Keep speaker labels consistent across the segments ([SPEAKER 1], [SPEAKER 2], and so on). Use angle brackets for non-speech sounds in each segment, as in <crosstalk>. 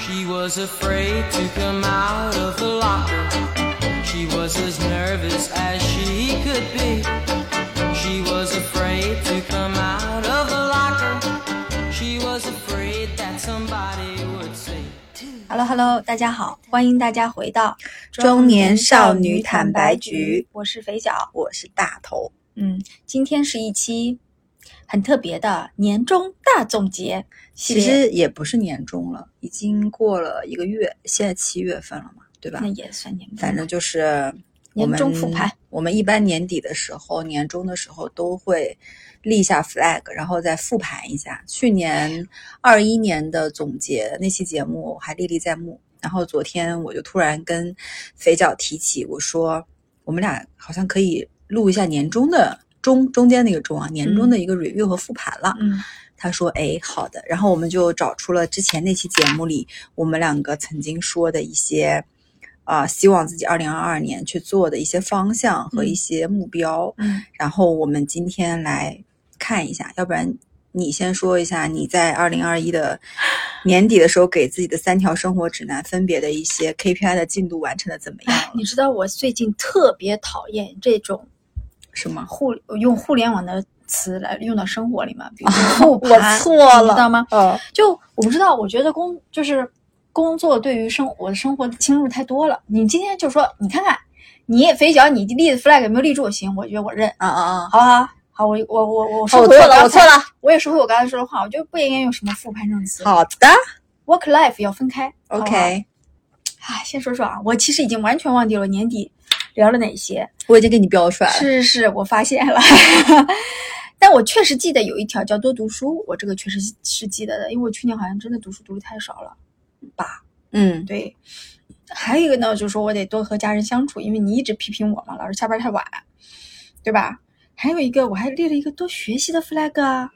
[SPEAKER 1] She was afraid to come out of the locker. She was as nervous as she could be. She was afraid to come out of the locker. She was afraid that somebody would see.
[SPEAKER 2] Hello Hello，大家好，欢迎大家回到
[SPEAKER 3] 中年少女坦白局，
[SPEAKER 2] 我是肥脚。
[SPEAKER 3] 我是大头。
[SPEAKER 2] 嗯，今天是一期很特别的年终大总结，
[SPEAKER 3] 其实也不是年终了，已经过了一个月，现在七月份了嘛，对吧
[SPEAKER 2] 那？也算年终吧，
[SPEAKER 3] 反正就是我们
[SPEAKER 2] 年终复盘。
[SPEAKER 3] 我们一般年底的时候、年终的时候都会立下 flag，然后再复盘一下去年二一年的总结那期节目，我还历历在目。然后昨天我就突然跟肥脚提起，我说我们俩好像可以录一下年终的中中间那个中啊，年终的一个 review 和复盘了。
[SPEAKER 2] 嗯，
[SPEAKER 3] 他说：“哎，好的。”然后我们就找出了之前那期节目里我们两个曾经说的一些，啊、希望自己二零二二年去做的一些方向和一些目标。
[SPEAKER 2] 嗯，
[SPEAKER 3] 然后我们今天来看一下，要不然你先说一下你在二零二一的 <laughs> 年底的时候给自己的三条生活指南分别的一些 KPI 的进度完成的怎么样
[SPEAKER 2] 哎，
[SPEAKER 3] 了？
[SPEAKER 2] 你知道我最近特别讨厌这种
[SPEAKER 3] 是 <laughs> 吗？
[SPEAKER 2] 互用互联网的词来用到生活里嘛，比如 <laughs> 说复盘，
[SPEAKER 3] 我错
[SPEAKER 2] 你
[SPEAKER 3] 了
[SPEAKER 2] 知道吗？
[SPEAKER 3] 呃，
[SPEAKER 2] 就我不知道，我觉得工就是工作对于生我的生活的侵入太多了。你今天就说，你看看你肥脚，你立的 flag 有没有立住？行，我觉得我认，
[SPEAKER 3] 啊啊啊！
[SPEAKER 2] 好不好？好，我我我我收
[SPEAKER 3] 我
[SPEAKER 2] 回
[SPEAKER 3] 哦错了，
[SPEAKER 2] 刚
[SPEAKER 3] 我错
[SPEAKER 2] 才，
[SPEAKER 3] 了。
[SPEAKER 2] 我也收回我刚才说的话，我就不应该用什么复盘这种词。
[SPEAKER 3] 好的
[SPEAKER 2] work life 要分开。
[SPEAKER 3] 哦
[SPEAKER 2] 好不好
[SPEAKER 3] ，OK，
[SPEAKER 2] 哎，先说说啊，我其实已经完全忘记了年底聊了哪些。
[SPEAKER 3] 我已经给你标出来了。
[SPEAKER 2] 是是是，我发现了。 <laughs> 但我确实记得有一条叫多读书，我这个确实是记得的，因为我去年好像真的读书读的太少了。
[SPEAKER 3] 嗯，
[SPEAKER 2] 对，还有一个呢，就是说我得多和家人相处，因为你一直批评我嘛，老是下班太晚，对吧？还有一个，我还列了一个多学习的 flag 啊。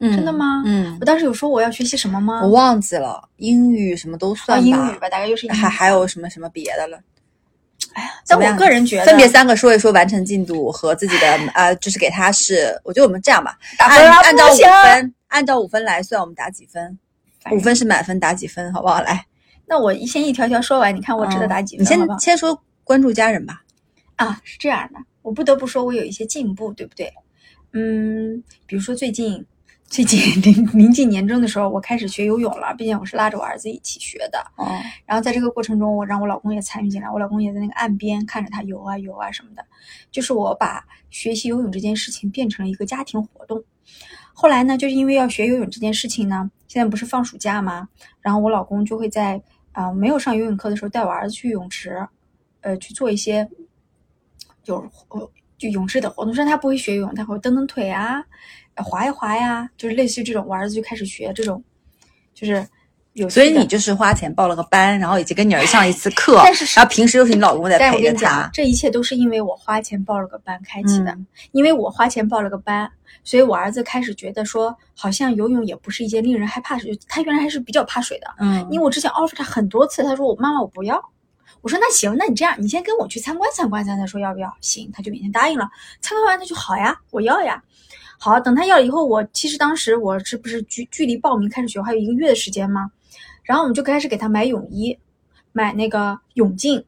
[SPEAKER 3] 真
[SPEAKER 2] 的吗
[SPEAKER 3] 嗯
[SPEAKER 2] 我，当时有说我要学习什么吗？
[SPEAKER 3] 我忘记了，哦英语什么都
[SPEAKER 2] 啊，
[SPEAKER 3] 算
[SPEAKER 2] 英语吧，大概又是英语。
[SPEAKER 3] 还还有什么什么别的了？
[SPEAKER 2] 但
[SPEAKER 3] 怎么
[SPEAKER 2] 我
[SPEAKER 3] 样
[SPEAKER 2] 个人觉得，啊
[SPEAKER 3] 分别三个说一说完成进度和自己的呃，就是给他是，我觉得我们这样吧，
[SPEAKER 2] 打
[SPEAKER 3] 按
[SPEAKER 2] 分啊
[SPEAKER 3] 按照
[SPEAKER 2] 不
[SPEAKER 3] 五
[SPEAKER 2] 行
[SPEAKER 3] 分，按照五分来算，我们打几分？
[SPEAKER 2] 反正
[SPEAKER 3] 五分是满分，打几分？好不好？来，
[SPEAKER 2] 那我一先一条条说完，你看我值得打几
[SPEAKER 3] 嗯
[SPEAKER 2] 分？
[SPEAKER 3] 你先
[SPEAKER 2] 好不好
[SPEAKER 3] 先说关注家人吧。
[SPEAKER 2] 啊，是这样的，我不得不说，我有一些进步，对不对？嗯，比如说最近最近 <laughs> 临临近年终的时候，我开始学游泳了，并且我是拉着我儿子一起学的。
[SPEAKER 3] 哦，
[SPEAKER 2] 然后在这个过程中，我让我老公也参与进来，我老公也在那个岸边看着他游啊游啊什么的，就是我把学习游泳这件事情变成了一个家庭活动。后来呢，就是因为要学游泳这件事情呢，现在不是放暑假吗？然后我老公就会在啊、呃没有上游泳课的时候带我儿子去泳池，呃，去做一些有呃就泳池的活动。虽然他不会学游泳，他会蹬蹬腿啊，呃划一划呀，就是类似于这种。我儿子就开始学这种，就是有趣
[SPEAKER 3] 所
[SPEAKER 2] 的。
[SPEAKER 3] 以你就是花钱报了个班，然后已经跟女儿上一次课，
[SPEAKER 2] 但是是
[SPEAKER 3] 然后平时又是你啊老公在
[SPEAKER 2] 但我
[SPEAKER 3] 陪
[SPEAKER 2] 跟
[SPEAKER 3] 着
[SPEAKER 2] 你讲
[SPEAKER 3] 他，。
[SPEAKER 2] 这一切都是因为我花钱报了个班开启的，
[SPEAKER 3] 嗯
[SPEAKER 2] 因为我花钱报了个班，所以我儿子开始觉得说，好像游泳也不是一件令人害怕的事。他原来还是比较怕水的，
[SPEAKER 3] 嗯
[SPEAKER 2] 因为我之前 offer 他很多次，他说我妈妈我不要。我说那行，那你这样，你先跟我去参观参观，咱再说要不要。行，他就勉强答应了。参观完他就好呀，我要呀。好，等他要了以后，我其实当时我这不是距距离报名开始学还有一个月的时间吗？然后我们就开始给他买泳衣，买那个泳镜，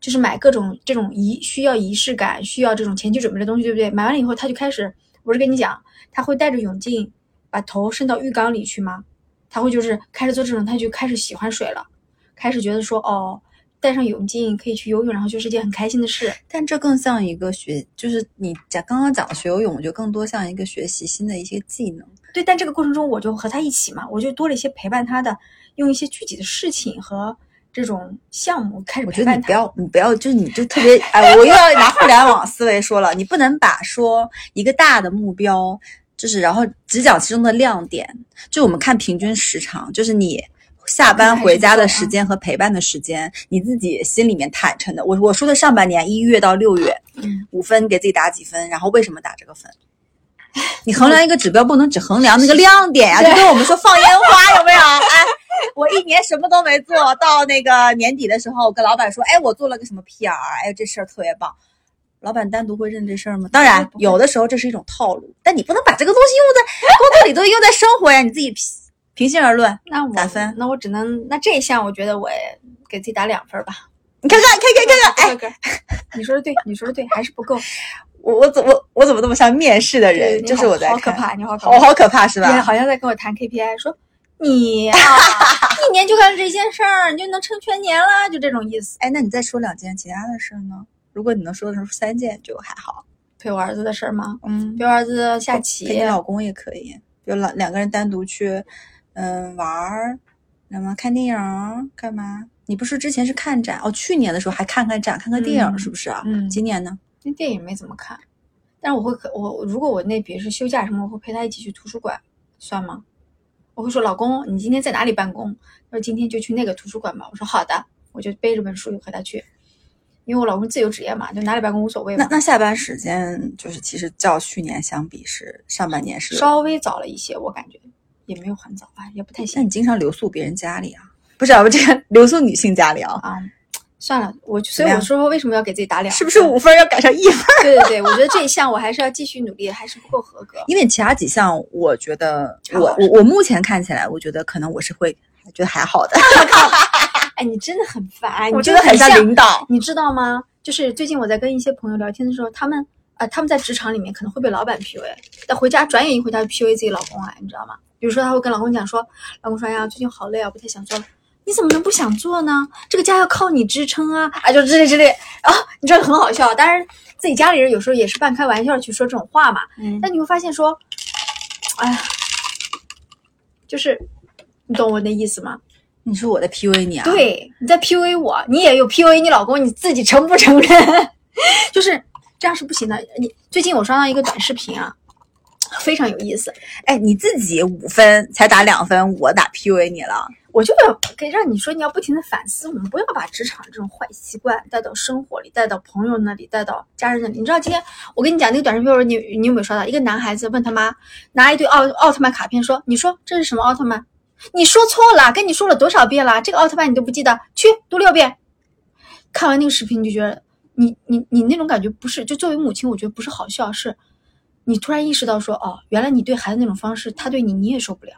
[SPEAKER 2] 就是买各种这种仪需要仪式感、需要这种前期准备的东西，对不对？买完了以后，他就开始，我是跟你讲，他会戴着泳镜把头伸到浴缸里去吗？他会就是开始做这种，他就开始喜欢水了，开始觉得说哦，戴上泳镜可以去游泳，然后就是一件很开心的事。
[SPEAKER 3] 但这更像一个学，就是你讲刚刚讲的学游泳，我觉得更多像一个学习新的一些技能。
[SPEAKER 2] 对，但这个过程中我就和他一起嘛，我就多了一些陪伴他的，用一些具体的事情和这种项目开始
[SPEAKER 3] 我
[SPEAKER 2] 陪
[SPEAKER 3] 觉得
[SPEAKER 2] 伴
[SPEAKER 3] 你
[SPEAKER 2] 他
[SPEAKER 3] 不。要，你不要，就是你就特别，哎，我又要拿互联网思维说了，你不能把说一个大的目标，就是然后只讲其中的亮点，就我们看平均时长，就是你。下班回家的时间和陪伴的时间，你自己心里面坦诚的。我我说的上半年一月到六月，
[SPEAKER 2] 嗯
[SPEAKER 3] 五分给自己打几分，然后为什么打这个分？你衡量一个指标不能只衡量那个亮点呀、就跟我们说放烟花有没有？哎，我一年什么都没做，到那个年底的时候，我跟老板说，哎，我做了个什么 PR，哎，这事儿特别棒。老板单独会认这事儿吗？当然，有的时候这是一种套路，但你不能把这个东西用在工作里，都用在生活呀。你自己平心而论，
[SPEAKER 2] 那我
[SPEAKER 3] 打分
[SPEAKER 2] 那我只能那这一项，我觉得我也给自己打两分吧。
[SPEAKER 3] 你看看看看看看，
[SPEAKER 2] 哥
[SPEAKER 3] 哎，
[SPEAKER 2] 哥，你说的对，你说的对，还是不
[SPEAKER 3] <laughs>
[SPEAKER 2] 够。
[SPEAKER 3] 我我怎我我怎么那么像面试的
[SPEAKER 2] 对
[SPEAKER 3] 人？
[SPEAKER 2] 你
[SPEAKER 3] 就是
[SPEAKER 2] 好
[SPEAKER 3] 我在
[SPEAKER 2] 好可
[SPEAKER 3] 看，
[SPEAKER 2] 怕，你好可
[SPEAKER 3] 我
[SPEAKER 2] 怕，
[SPEAKER 3] 好可怕是
[SPEAKER 2] 对，
[SPEAKER 3] 吧？
[SPEAKER 2] 好像在跟我谈 KPI，说你啊， <laughs> 一年就干这件事儿，你就能撑全年了，就这种意思。
[SPEAKER 3] 哎，那你再说两件其他的事儿呢？如果你能说的是三件就还好，
[SPEAKER 2] 陪我儿子的事儿吗？
[SPEAKER 3] 嗯，
[SPEAKER 2] 陪我儿子下
[SPEAKER 3] 陪你
[SPEAKER 2] 棋，
[SPEAKER 3] 老公也可以，比如老两个人单独去，嗯，玩儿，那么看电影儿干嘛？你不是之前是看展哦？去年的时候还看看展，看看电影儿、
[SPEAKER 2] 嗯
[SPEAKER 3] 是不是啊？
[SPEAKER 2] 嗯
[SPEAKER 3] 今年呢？
[SPEAKER 2] 那电影没怎么看，但是我会可我我如果我那比如是休假什么，我会陪他一起去图书馆，算吗？我会说老公，你今天在哪里办公？他说今天就去那个图书馆吧。我说好的，我就背着本书就和他去，因为我老公自由职业嘛，就哪里办公无所谓
[SPEAKER 3] 那
[SPEAKER 2] 嘛。
[SPEAKER 3] 那下班时间就是其实较去年相比是上半年是有
[SPEAKER 2] 稍微早了一些，我感觉也没有很早吧，也不太
[SPEAKER 3] 那
[SPEAKER 2] 行
[SPEAKER 3] 你经常留宿别人家里啊？不是啊，我这个留宿女性家里啊，
[SPEAKER 2] 啊。算了，我就所
[SPEAKER 3] 怎么
[SPEAKER 2] 以
[SPEAKER 3] 样
[SPEAKER 2] 我说为什么要给自己打两分？啊
[SPEAKER 3] 是不是五分儿要改成一分儿？
[SPEAKER 2] 对对对，我觉得这一项我还是要继续努力，还是不够合格。
[SPEAKER 3] 因为其他几项，我觉得
[SPEAKER 2] 还
[SPEAKER 3] 我
[SPEAKER 2] 好
[SPEAKER 3] 我我目前看起来，我觉得可能我是会觉得还好的，
[SPEAKER 2] 哎，你真的很烦，
[SPEAKER 3] 我
[SPEAKER 2] 你
[SPEAKER 3] 觉
[SPEAKER 2] 真
[SPEAKER 3] 得
[SPEAKER 2] 的
[SPEAKER 3] 很像
[SPEAKER 2] 像
[SPEAKER 3] 领导。
[SPEAKER 2] 你知道吗？就是最近我在跟一些朋友聊天的时候，他们啊、呃他们在职场里面可能会被老板 PUA，但回家转眼一回家就 PUA 自己老公啊，你知道吗？比如说她会跟老公讲说，老公说哎呀，最近好累啊，不太想做了。你怎么能不想做呢？这个家要靠你支撑啊！啊，就之类之类啊，你知道很好笑。当然，自己家里人有时候也是半开玩笑去说这种话嘛。
[SPEAKER 3] 嗯
[SPEAKER 2] 但你会发现说，哎呀，就是你懂我的意思吗？
[SPEAKER 3] 你说我在 PUA 你啊？，
[SPEAKER 2] 对，你在 PUA 我，你也有 PUA 你老公，你自己承不承认？ <laughs> 就是这样是不行的。你最近我刷到一个短视频啊，非常有意思，
[SPEAKER 3] 哎，你自己五分才打两分，我打 PUA 你了。
[SPEAKER 2] 我就要给让你说，你要不停的反思，我们不要把职场这种坏习惯带到生活里，带到朋友那里，带到家人那里。你知道今天我跟你讲那个短视频，我说你你有没有刷到？一个男孩子问他妈拿一堆奥奥特曼卡片说，你说这是什么奥特曼？你说错了，跟你说了多少遍了？这个奥特曼你都不记得，去读六遍。看完那个视频，你就觉得你你你那种感觉不是，就作为母亲，我觉得不是好笑，是你突然意识到说，哦，原来你对孩子那种方式，他对你你也受不了，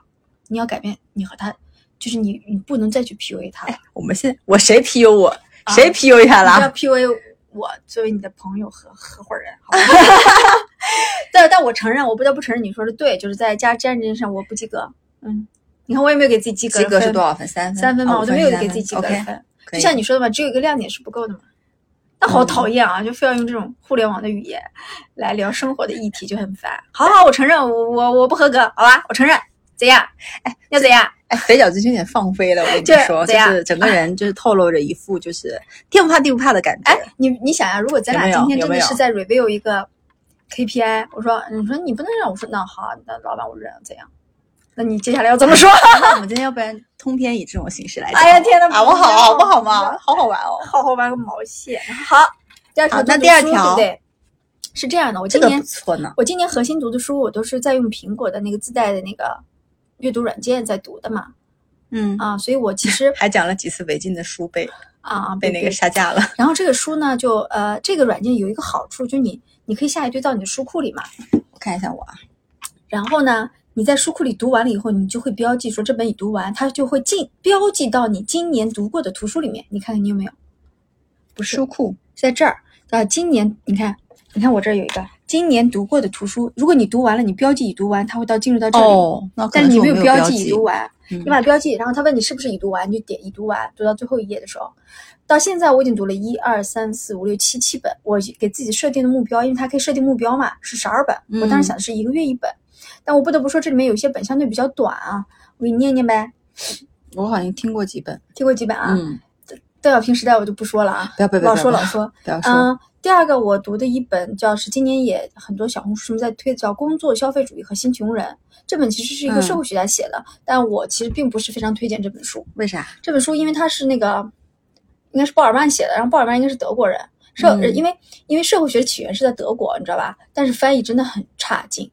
[SPEAKER 2] 你要改变你和他，就是你你不能再去 PUA 他了，
[SPEAKER 3] 我们现我谁 PU 我，
[SPEAKER 2] 啊
[SPEAKER 3] 谁 PU 他哎了？
[SPEAKER 2] 你不要 PUA 我作为你的朋友和合伙人，好吧？ <laughs> 但但我承认，我不得不承认你说的对，就是在家家人这件事上我不及格，嗯，你看我也没有给自己及格
[SPEAKER 3] 及格是多
[SPEAKER 2] 少？
[SPEAKER 3] 少分？三分？
[SPEAKER 2] 三分嘛，
[SPEAKER 3] 哦
[SPEAKER 2] 我
[SPEAKER 3] 五
[SPEAKER 2] 都没有
[SPEAKER 3] 是
[SPEAKER 2] 给
[SPEAKER 3] 三
[SPEAKER 2] 自己及格
[SPEAKER 3] OK，
[SPEAKER 2] 的分。
[SPEAKER 3] 可
[SPEAKER 2] 就
[SPEAKER 3] 以嗯
[SPEAKER 2] 像你说的嘛，只有一个亮点是不够的嘛。那好讨厌啊！就非要用这种互联网的语言来聊生活的议题，就很
[SPEAKER 3] <laughs>
[SPEAKER 2] 烦。好好，我承认，我我我不合格，好吧，我承认。怎样？哎，要怎样？
[SPEAKER 3] 哎，肥脚最近有点放飞了，我跟
[SPEAKER 2] 就
[SPEAKER 3] 你说，
[SPEAKER 2] 怎
[SPEAKER 3] 就
[SPEAKER 2] 样
[SPEAKER 3] 是整个人就是透露着一副就是 <laughs> 天不怕地不怕的感觉。
[SPEAKER 2] 哎，你你想呀、如果咱俩
[SPEAKER 3] 有没有
[SPEAKER 2] 今天真
[SPEAKER 3] 有没
[SPEAKER 2] 的
[SPEAKER 3] 有
[SPEAKER 2] 是在 review 一个 KPI，我说，你说你不能让我说，那好，那老板我忍，怎样？那你接下来要怎么说？ <laughs>
[SPEAKER 3] 那我们今天要不然通篇以这种形式来讲？
[SPEAKER 2] 哎呀天哪
[SPEAKER 3] 好不好？
[SPEAKER 2] 不要
[SPEAKER 3] 好不好
[SPEAKER 2] 不
[SPEAKER 3] 嘛？
[SPEAKER 2] 要
[SPEAKER 3] 好好玩哦。
[SPEAKER 2] 好好玩个毛线！好，第二条
[SPEAKER 3] 好
[SPEAKER 2] 读
[SPEAKER 3] 那
[SPEAKER 2] 读
[SPEAKER 3] 第二
[SPEAKER 2] 书
[SPEAKER 3] 条
[SPEAKER 2] 对不对？是这样的，我
[SPEAKER 3] 这
[SPEAKER 2] 今
[SPEAKER 3] 个
[SPEAKER 2] 年
[SPEAKER 3] 不错呢。
[SPEAKER 2] 我今年核心读的书，我都是在用苹果的那个自带的那个阅读软件在读的嘛，
[SPEAKER 3] 嗯，
[SPEAKER 2] 啊，所以我其
[SPEAKER 3] <laughs>
[SPEAKER 2] 实
[SPEAKER 3] 还讲了几次违禁的书被
[SPEAKER 2] 啊
[SPEAKER 3] 被那个下架了。
[SPEAKER 2] 然后这个书呢，就呃，这个软件有一个好处，就你你可以下一堆到你的书库里嘛，
[SPEAKER 3] 我看一下我啊，
[SPEAKER 2] 然后呢，你在书库里读完了以后，你就会标记说这本已读完，它就会进标记到你今年读过的图书里面，你看看你有没有？不是
[SPEAKER 3] 书库
[SPEAKER 2] 在这儿，呃，今年你看，你看我这儿有一个今年读过的图书，如果你读完了，你标记已读完，它会到进入到这里。，
[SPEAKER 3] 哦那可
[SPEAKER 2] 但
[SPEAKER 3] 能
[SPEAKER 2] 是你
[SPEAKER 3] 我
[SPEAKER 2] 没有
[SPEAKER 3] 标
[SPEAKER 2] 记已读完，
[SPEAKER 3] 嗯
[SPEAKER 2] 你把标记，然后他问你是不是已读完，你就点已读完，读到最后一页的时候，到现在我已经读了一二三四五六七七本，我给自己设定的目标，因为它可以设定目标嘛，是十二本，我
[SPEAKER 3] 嗯
[SPEAKER 2] 当时想的是一个月一本，但我不得不说这里面有些本相对比较短啊，我给你念念呗，
[SPEAKER 3] 我好像听过几本。
[SPEAKER 2] 听过几本啊？
[SPEAKER 3] 嗯，
[SPEAKER 2] 邓小平时代我就不说了啊，
[SPEAKER 3] 不要不要不要
[SPEAKER 2] 老说
[SPEAKER 3] 不
[SPEAKER 2] 老
[SPEAKER 3] 要
[SPEAKER 2] 说，
[SPEAKER 3] 不要说。
[SPEAKER 2] 嗯，第二个我读的一本叫是今年也很多小红书在推叫《工作、消费主义和新穷人》这本其实是一个
[SPEAKER 3] 嗯
[SPEAKER 2] 社会学家写的，但我其实并不是非常推荐这本书。
[SPEAKER 3] 为啥？
[SPEAKER 2] 这本书因为它是那个应该是鲍尔曼写的，然后鲍尔曼应该是德国人，社、
[SPEAKER 3] 嗯
[SPEAKER 2] 因为因为社会学起源是在德国，你知道吧？但是翻译真的很差劲，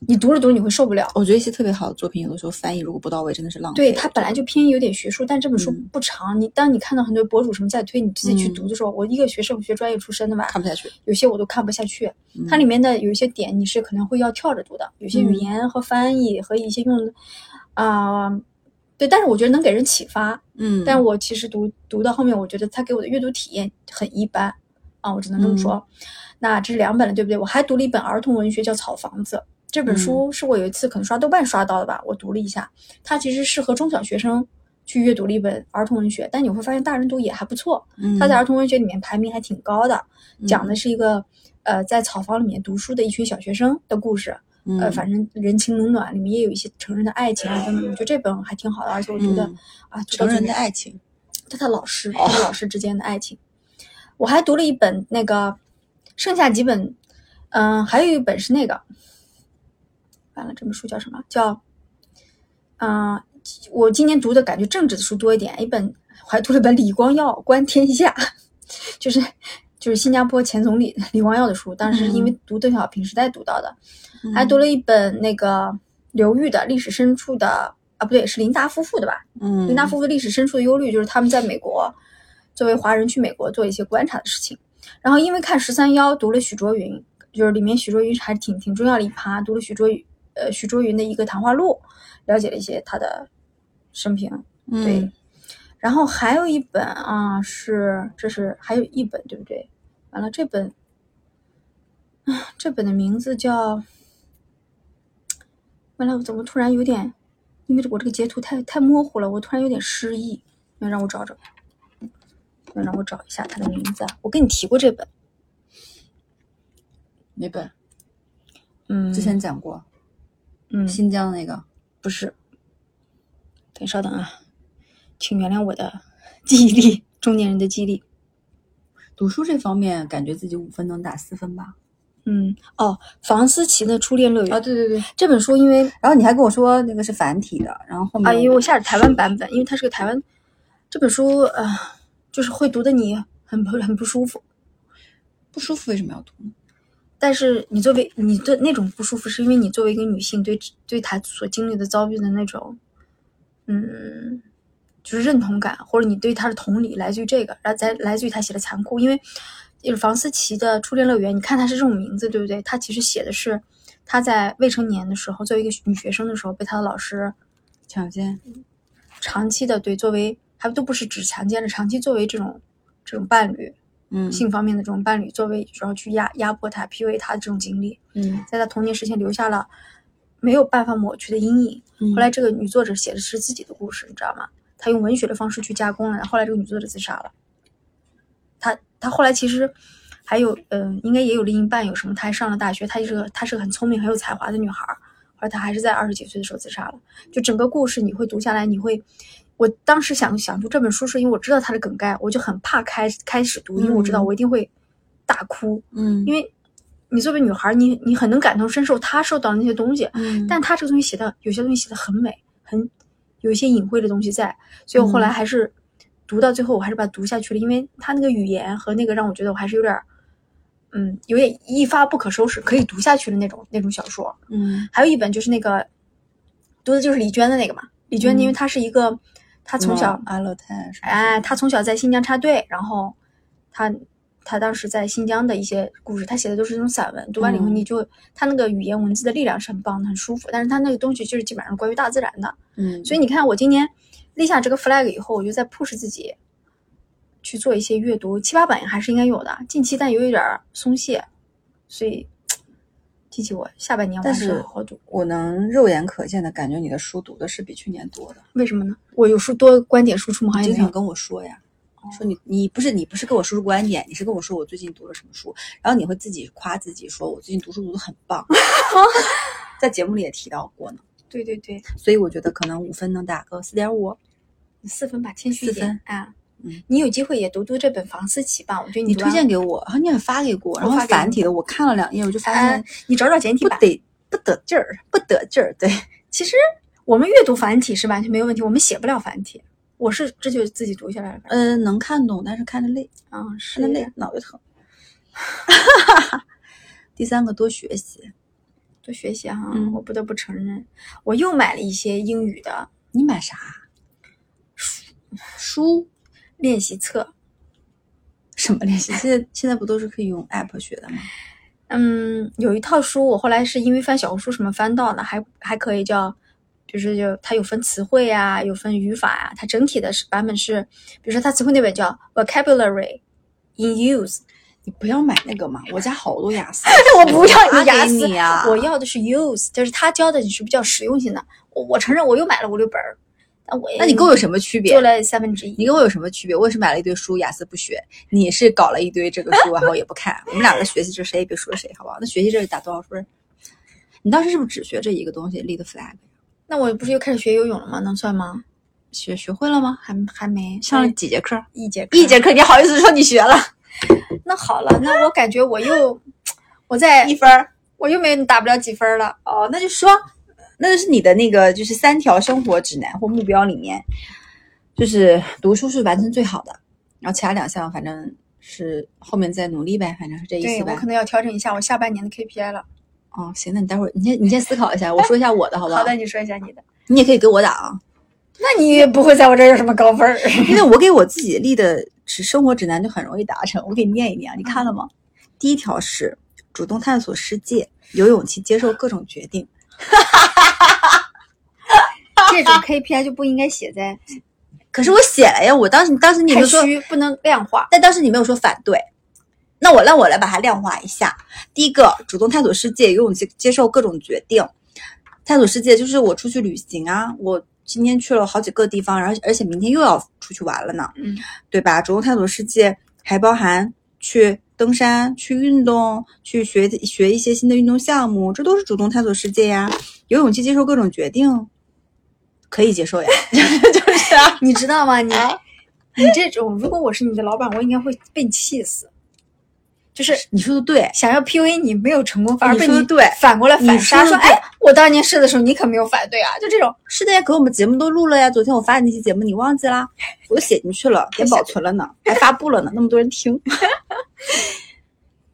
[SPEAKER 2] 你读着读着你会受不了。
[SPEAKER 3] 我觉得一些特别好的作品，有的时候翻译如果不到位，真的是浪费。
[SPEAKER 2] 对它本来就偏有点学术，但这本书
[SPEAKER 3] 嗯
[SPEAKER 2] 不长。你当你看到很多博主什么在推，你自己去
[SPEAKER 3] 嗯
[SPEAKER 2] 读的时候，我一个学社会学专业出身的嘛，
[SPEAKER 3] 看不下去。
[SPEAKER 2] 有些我都看不下去。
[SPEAKER 3] 嗯
[SPEAKER 2] 它里面的有一些点你是可能会要跳着读的，有些语
[SPEAKER 3] 嗯
[SPEAKER 2] 言和翻译和一些用，啊、对，但是我觉得能给人启发。
[SPEAKER 3] 嗯，
[SPEAKER 2] 但我其实读读到后面，我觉得它给我的阅读体验很一般啊，我只能这么说。
[SPEAKER 3] 嗯
[SPEAKER 2] 那这是两本了，对不对？我还读了一本儿童文学，叫《草房子》。这
[SPEAKER 3] 嗯
[SPEAKER 2] 本书是我有一次可能刷豆瓣刷到的吧，我读了一下，它其实适合中小学生去阅读了一本儿童文学，但你会发现大人读也还不错。
[SPEAKER 3] 嗯
[SPEAKER 2] 它在儿童文学里面排名还挺高的，讲的是一个呃在草房里面读书的一群小学生的故事。
[SPEAKER 3] 嗯
[SPEAKER 2] 呃，反正人情冷暖里面也有一些成人的爱情啊等等，我觉得这本还挺好的，而且我觉得、
[SPEAKER 3] 嗯
[SPEAKER 2] 啊，读到
[SPEAKER 3] 成人
[SPEAKER 2] 最
[SPEAKER 3] 的
[SPEAKER 2] 后
[SPEAKER 3] 爱情，
[SPEAKER 2] 他的老师，他的老师之间的爱情。我还读了一本那个，剩下几本，嗯、还有一本是那个，完了，这本书叫什么？叫，嗯、我今年读的感觉政治的书多一点，一本我还读了一本李光耀观天下，就是就是新加坡前总理李光耀的书，当时是因为读邓小平时代读到的，
[SPEAKER 3] 嗯
[SPEAKER 2] 还读了一本那个刘玉的历史深处的啊，不对，是林达夫妇的吧？
[SPEAKER 3] 嗯
[SPEAKER 2] 林达夫妇历史深处的忧虑就是他们在美国作为华人去美国做一些观察的事情。然后因为看十三幺读了许卓云，就是里面许卓云还挺挺重要的一趴，读了许卓云呃许卓云的一个谈话录，了解了一些他的生平。
[SPEAKER 3] 嗯
[SPEAKER 2] 对，然后还有一本啊是这是还有一本对不对？完了这本啊这本的名字叫，完了我怎么突然有点，因为我这个截图太太模糊了，我突然有点失忆，要让我找找，要让我找一下它的名字啊。我跟你提过这本，
[SPEAKER 3] 哪本？
[SPEAKER 2] 嗯，
[SPEAKER 3] 之前讲过
[SPEAKER 2] 嗯
[SPEAKER 3] 新疆那个，
[SPEAKER 2] 不是，等稍等啊，请原谅我的记忆力，中年人的记忆力。
[SPEAKER 3] 读书这方面感觉自己五分能打四分吧？
[SPEAKER 2] 嗯，哦，房思琪的《初恋乐园》
[SPEAKER 3] 啊哦对对对。
[SPEAKER 2] 这本书，因为
[SPEAKER 3] 然后你还跟我说那个是繁体的，然后后面
[SPEAKER 2] 啊，因为我下的台湾版本，因为它是个台湾这本书，呃，就是会读的你很不很不舒服。
[SPEAKER 3] 不舒服为什么要读呢？
[SPEAKER 2] 但是你作为你的那种不舒服，是因为你作为一个女性对对她所经历的遭遇的那种，嗯，就是认同感，或者你对她的同理来自于这个，然后再来自于她写的残酷，因为就是房思琪的《初恋乐园》，你看她是这种名字，对不对？她其实写的是她在未成年的时候，作为一个女学生的时候，被她的老师
[SPEAKER 3] 强奸，
[SPEAKER 2] 长期的对作为还都不是只强奸了，长期作为这种这种伴侣，
[SPEAKER 3] 嗯
[SPEAKER 2] 性方面的这种伴侣作为，然后去压压迫他、PUA 他的这种经历，
[SPEAKER 3] 嗯
[SPEAKER 2] 在他童年时期留下了没有办法抹去的阴影。
[SPEAKER 3] 嗯
[SPEAKER 2] 后来这个女作者写的是自己的故事，你知道吗？她用文学的方式去加工了。然后后来这个女作者自杀了。她她后来其实还有嗯、应该也有另一半，有什么？她还上了大学，她是个她是个很聪明、很有才华的女孩儿。后来她还是在二十几岁的时候自杀了。就整个故事你会读下来，你会。我当时想想读这本书，是因为我知道它的梗概，我就很怕开开始读，因为我知道
[SPEAKER 3] 嗯
[SPEAKER 2] 我一定会大哭。
[SPEAKER 3] 嗯
[SPEAKER 2] 因为你作为女孩儿，你你很能感同身受她受到的那些东西，
[SPEAKER 3] 嗯
[SPEAKER 2] 但她这个东西写的有些东西写的很美，很有一些隐晦的东西在，所以我后来还是读到最后，我还是把它读下去了，因为她那个语言和那个让我觉得我还是有点儿，嗯，有点一发不可收拾，可以读下去的那种那种小说。
[SPEAKER 3] 嗯
[SPEAKER 2] 还有一本就是那个读的就是李娟的那个嘛，李娟因为她是一个，她从小、
[SPEAKER 3] 嗯阿勒泰什么
[SPEAKER 2] 哎，他从小在新疆插队，然后他他当时在新疆的一些故事，他写的都是那种散文，读完了以后
[SPEAKER 3] 嗯
[SPEAKER 2] 你就、他那个语言文字的力量是很棒的，很舒服，但是他那个东西就是基本上是关于大自然的，
[SPEAKER 3] 嗯，
[SPEAKER 2] 所以你看我今年立下这个 flag 以后，我就在 push 自己去做一些阅读，七八本还是应该有的，近期但有一点儿松懈，所以提起我下半年我还
[SPEAKER 3] 但
[SPEAKER 2] 是
[SPEAKER 3] 是
[SPEAKER 2] 好好读，
[SPEAKER 3] 我能肉眼可见的感觉你的书读的是比去年多的。
[SPEAKER 2] 为什么呢？我有时候多观点输出吗？好像
[SPEAKER 3] 经
[SPEAKER 2] 哎也没
[SPEAKER 3] 常
[SPEAKER 2] 有。哦
[SPEAKER 3] 跟我说呀，说你你不是你不是跟我说出观点，你是跟我说我最近读了什么书，然后你会自己夸自己说我最近读书读的很
[SPEAKER 2] <laughs>
[SPEAKER 3] 棒，在节目里也提到过呢，
[SPEAKER 2] 对对对，
[SPEAKER 3] 所以我觉得可能五分能打个四点五，
[SPEAKER 2] 四分吧，谦虚一
[SPEAKER 3] 四分
[SPEAKER 2] 点啊。
[SPEAKER 3] 嗯，
[SPEAKER 2] 你有机会也读读这本房思琪吧，我觉得
[SPEAKER 3] 你
[SPEAKER 2] 读
[SPEAKER 3] 推
[SPEAKER 2] 完
[SPEAKER 3] 荐给我，然后你也发给过，然后
[SPEAKER 2] 发给
[SPEAKER 3] 繁
[SPEAKER 2] 你
[SPEAKER 3] 体的我看了两页，我就发
[SPEAKER 2] 哎
[SPEAKER 3] 现，
[SPEAKER 2] 你找找简体
[SPEAKER 3] 不
[SPEAKER 2] 版。
[SPEAKER 3] 得不得劲儿，不得劲儿，
[SPEAKER 2] <laughs>
[SPEAKER 3] 对，
[SPEAKER 2] 其实我们阅读繁体是完全没有问题，我们写不了繁体。我是这就自己读下来了，
[SPEAKER 3] 嗯、能看懂，但是看着累，
[SPEAKER 2] 啊、嗯，是
[SPEAKER 3] 看着累，脑袋疼。 <laughs> 第三个多学习，
[SPEAKER 2] 多学习哈、
[SPEAKER 3] 嗯
[SPEAKER 2] 我不得不承认，我又买了一些英语的
[SPEAKER 3] 你买啥？书
[SPEAKER 2] 练习册，
[SPEAKER 3] 什么练习？现在现在不都是可以用 app 学的吗？
[SPEAKER 2] 嗯，有一套书，我后来是因为翻小红书什么翻到的，还还可以叫就是有它有分词汇啊，有分语法啊，它整体的是版本是，比如说它词汇那本叫 vocabulary in use，
[SPEAKER 3] 你不要买那个嘛，我家好多雅思
[SPEAKER 2] <laughs> ，我不要
[SPEAKER 3] 我
[SPEAKER 2] 你雅
[SPEAKER 3] 拿给
[SPEAKER 2] 思，
[SPEAKER 3] 你啊，
[SPEAKER 2] 我要的是 use，就是他教的你是比较实用性的。我我承认我又买了五六本儿，但我也
[SPEAKER 3] 那你跟我有什么区别
[SPEAKER 2] 做？了三分之一。
[SPEAKER 3] 你跟我有什么区别？我也是买了一堆书，雅思不学；你是搞了一堆这个书，然后也不看。我们俩在学习这，谁也别说谁，好不好？那学习这打多少分？你当时是不是只学这一个东西立的 flag？
[SPEAKER 2] 那我不是又开始学游泳了吗？能算吗？
[SPEAKER 3] 学学会了吗？
[SPEAKER 2] 还还没
[SPEAKER 3] 上了
[SPEAKER 2] 哎
[SPEAKER 3] 几节课？
[SPEAKER 2] 一节课
[SPEAKER 3] 一 <laughs> 节课，你好意思说你学了
[SPEAKER 2] 那好了，那我感觉我又我在
[SPEAKER 3] 一分儿？
[SPEAKER 2] 我又没打不了几分儿了。
[SPEAKER 3] 哦，那就说，那就是你的那个就是三条生活指南或目标里面，就是读书是完成最好的，然后其他两项反正是后面再努力呗，反正是这意
[SPEAKER 2] 对
[SPEAKER 3] 思
[SPEAKER 2] 我
[SPEAKER 3] 呗
[SPEAKER 2] 可。能要调整一下我下半年的 KPI 了。
[SPEAKER 3] 哦，行，那你待会儿你先你先思考一下，我说一下我的好不
[SPEAKER 2] 好的，你说一下你的。
[SPEAKER 3] 你也可以给我打啊，
[SPEAKER 2] 那你也不会在我这儿有什么高分
[SPEAKER 3] <laughs>
[SPEAKER 2] 儿？
[SPEAKER 3] 因为我给我自己立的指生活指南就很容易达成。我给你念一念啊，你看了吗？第一条是主动探索世界，有勇气接受各种决定。
[SPEAKER 2] 这种 KPI 就不应该写在
[SPEAKER 3] 可是我写了呀，我当时当时 <laughs> 你
[SPEAKER 2] 太
[SPEAKER 3] 就说，
[SPEAKER 2] 虚，不能量化。
[SPEAKER 3] 但当时你没有说反对。那我让我来把它量化一下。第一个，主动探索世界，有勇气接受各种决定。探索世界就是我出去旅行啊，我今天去了好几个地方，然后而且明天又要出去玩了呢，
[SPEAKER 2] 嗯，
[SPEAKER 3] 对吧？主动探索世界还包含去登山、去运动、去学学一些新的运动项目，这都是主动探索世界呀。有勇气接受各种决定，可以接受呀， <laughs> 就是啊。
[SPEAKER 2] 你知道吗？你、你这种，如果我是你的老板，我应该会被你气死。就是
[SPEAKER 3] 你说的对，
[SPEAKER 2] 想要 PUA 你没有成功，反而
[SPEAKER 3] 你
[SPEAKER 2] 被
[SPEAKER 3] 说
[SPEAKER 2] 你
[SPEAKER 3] 得对
[SPEAKER 2] 反过来反杀，说
[SPEAKER 3] 你说得对
[SPEAKER 2] 哎，我当年试的时候你可没有反对啊，就这种。
[SPEAKER 3] 是的呀，可我们节目都录了呀。昨天我发的那期节目你忘记啦？我都写进去了，也保存了
[SPEAKER 2] <laughs>
[SPEAKER 3] 呢，还发布了呢，那么多人听。 <laughs>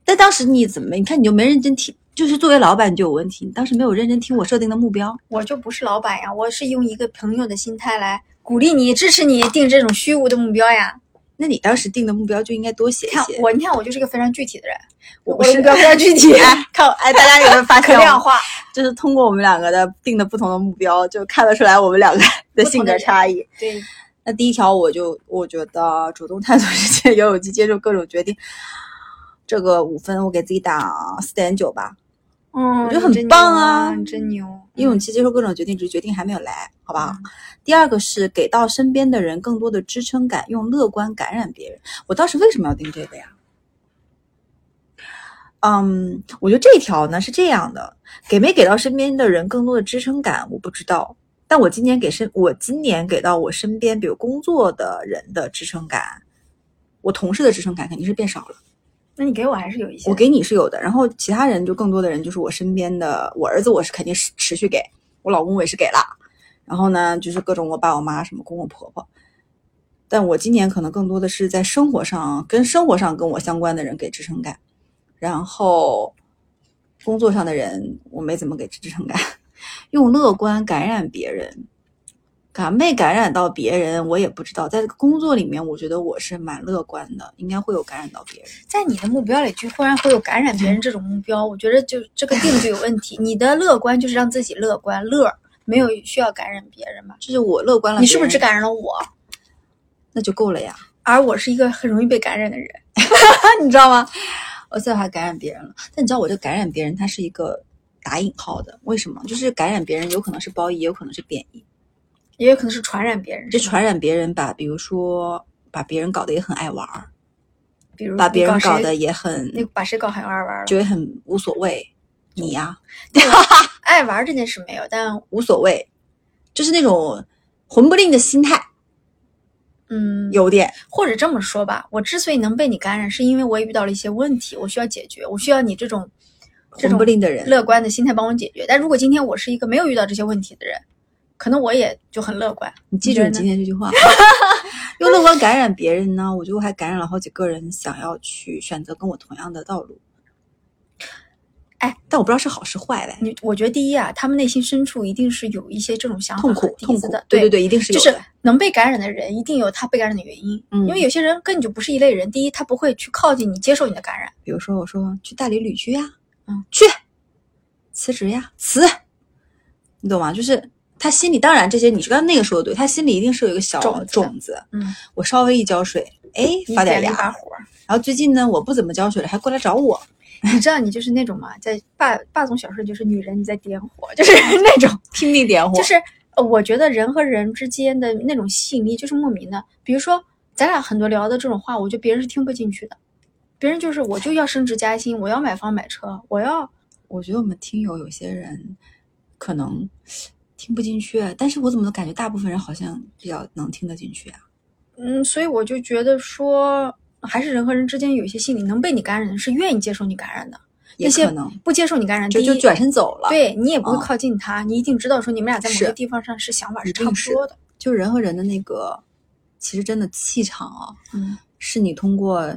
[SPEAKER 3] 但当时你怎么没？你看你就没认真听，就是作为老板你就有问题。你当时没有认真听我设定的目标，
[SPEAKER 2] 我就不是老板呀，我是用一个朋友的心态来鼓励你、支持你定这种虚无的目标呀。
[SPEAKER 3] 那你当时定的目标就应该多写一
[SPEAKER 2] 看
[SPEAKER 3] 写。
[SPEAKER 2] 我，你看我就是个非常具体的人，
[SPEAKER 3] 我
[SPEAKER 2] 我
[SPEAKER 3] 不
[SPEAKER 2] 的
[SPEAKER 3] 是，
[SPEAKER 2] 目标非常具体
[SPEAKER 3] <laughs> 哎，看我哎，大家有没有发
[SPEAKER 2] 可 <laughs>
[SPEAKER 3] 现我？
[SPEAKER 2] 量化。
[SPEAKER 3] 就是通过我们两个的定的不同的目标，就看得出来我们两个的
[SPEAKER 2] 不同的
[SPEAKER 3] 性格
[SPEAKER 2] 人
[SPEAKER 3] 差异。
[SPEAKER 2] 对，
[SPEAKER 3] 那第一条，我就我觉得主动探索世界，有勇气接受各种决定，这个五分我给自己打四点九吧。
[SPEAKER 2] 嗯，
[SPEAKER 3] 我觉得很棒啊
[SPEAKER 2] 你真牛啊，你真牛。
[SPEAKER 3] 有勇气接受各种决定，只是决定还没有来，好不好？第二个是给到身边的人更多的支撑感，用乐观感染别人。我当时为什么要定这个呀？嗯，我觉得这条呢是这样的，给没给到身边的人更多的支撑感，我不知道。但我今年给身，我今年给到我身边，比如工作的人的支撑感，我同事的支撑感肯定是变少了。
[SPEAKER 2] 那你给我还是有一些。
[SPEAKER 3] 我给你是有的，然后其他人就更多的人就是我身边的，我儿子我是肯定是持续给，我老公我也是给了，然后呢就是各种我爸我妈什么公公婆婆，但我今年可能更多的是在生活上跟生活上跟我相关的人给支撑感，然后工作上的人我没怎么给支撑感， <laughs> 用乐观感染别人。感没感染到别人，我也不知道。在这个工作里面，我觉得我是蛮乐观的，应该会有感染到别人。
[SPEAKER 2] 在你的目标里就忽然会有感染别人这种目标，我觉得就这个定就有问题。你的乐观就是让自己乐观乐，没有需要感染别人吧？
[SPEAKER 3] 就是我乐观了别人，
[SPEAKER 2] 你是不是只感染了我？
[SPEAKER 3] 那就够了呀， <laughs>
[SPEAKER 2] 而我是一个很容易被感染的人。
[SPEAKER 3] 你知道吗？我最后还感染别人了，但你知道，我这感染别人，它是一个打引号的，为什么？就是感染别人有可能是褒义，也有可能是贬义。
[SPEAKER 2] 也有可能是传染别人，
[SPEAKER 3] 这
[SPEAKER 2] 是吧，
[SPEAKER 3] 传染别人把，比如说把别人搞得也很爱玩儿，
[SPEAKER 2] 比如
[SPEAKER 3] 把别人
[SPEAKER 2] 嗯你
[SPEAKER 3] 搞
[SPEAKER 2] 谁
[SPEAKER 3] 得也很
[SPEAKER 2] 那个把谁搞很爱玩了，
[SPEAKER 3] 觉得很无所谓，你呀、
[SPEAKER 2] 爱玩这件事没有，但
[SPEAKER 3] 无所谓，就是那种混不吝的心态，
[SPEAKER 2] 嗯，
[SPEAKER 3] 有点
[SPEAKER 2] 或者这么说吧，我之所以能被你感染，是因为我也遇到了一些问题，我需要解决，我需要你这种这
[SPEAKER 3] 混
[SPEAKER 2] 种
[SPEAKER 3] 不吝的人。
[SPEAKER 2] 乐观的心态帮我解决。但如果今天我是一个没有遇到这些问题的人，可能我也就很乐观。
[SPEAKER 3] 你记
[SPEAKER 2] 觉
[SPEAKER 3] 住
[SPEAKER 2] 得
[SPEAKER 3] 你
[SPEAKER 2] 呢
[SPEAKER 3] 今天这句 <laughs> 话，啊用乐观感染别人呢，我觉得我还感染了好几个人，想要去选择跟我同样的道路。
[SPEAKER 2] 哎，
[SPEAKER 3] 但我不知道是好是坏嘞，
[SPEAKER 2] 你我觉得第一啊，他们内心深处一定是有一些这种想法
[SPEAKER 3] 痛
[SPEAKER 2] 和
[SPEAKER 3] 苦
[SPEAKER 2] 底
[SPEAKER 3] 痛
[SPEAKER 2] 子
[SPEAKER 3] 苦
[SPEAKER 2] 的，，
[SPEAKER 3] 对对对，一定是有
[SPEAKER 2] 就
[SPEAKER 3] 的
[SPEAKER 2] 是能被感染的人，一定有他被感染的原因。
[SPEAKER 3] 嗯
[SPEAKER 2] 因为有些人跟你就不是一类人。第一，他不会去靠近你，接受你的感染。
[SPEAKER 3] 比如说我说去大理旅居呀，啊
[SPEAKER 2] 嗯，
[SPEAKER 3] 去辞职呀，辞，你懂吗？就是他心里当然这些你是刚才那个说的对，他心里一定是有一个小
[SPEAKER 2] 种子
[SPEAKER 3] 种子。
[SPEAKER 2] 嗯，
[SPEAKER 3] 我稍微一浇水，哎，
[SPEAKER 2] 你
[SPEAKER 3] 发点
[SPEAKER 2] 点了
[SPEAKER 3] 芽
[SPEAKER 2] 一。把火儿。
[SPEAKER 3] 然后最近呢，我不怎么浇水了，还过来找我。
[SPEAKER 2] 你知道你就是那种嘛，在霸霸总小说里就是女人你在点火，就是那种，
[SPEAKER 3] 拼命点火，
[SPEAKER 2] 就是呃我觉得人和人之间的那种吸引力就是莫名的。比如说咱俩很多聊的这种话，我觉得别人是听不进去的，别人就是我就要升职加薪，我要买房买车，我要
[SPEAKER 3] 我觉得我们听友有些人可能听不进去，但是我怎么感觉大部分人好像比较能听得进去啊？
[SPEAKER 2] 嗯，所以我就觉得说，还是人和人之间有一些心理能被你感染，是愿意接受你感染的。
[SPEAKER 3] 也
[SPEAKER 2] 那些
[SPEAKER 3] 可能
[SPEAKER 2] 不接受你感染，
[SPEAKER 3] 就
[SPEAKER 2] 第
[SPEAKER 3] 就
[SPEAKER 2] 一
[SPEAKER 3] 转身走了。，
[SPEAKER 2] 对你也不会
[SPEAKER 3] 嗯
[SPEAKER 2] 靠近他，你一定知道说你们俩在某
[SPEAKER 3] 是
[SPEAKER 2] 个地方上是想法是
[SPEAKER 3] 一
[SPEAKER 2] 差
[SPEAKER 3] 定
[SPEAKER 2] 不
[SPEAKER 3] 是
[SPEAKER 2] 多的。
[SPEAKER 3] 就人和人的那个，其实真的气场啊，
[SPEAKER 2] 嗯，
[SPEAKER 3] 是你通过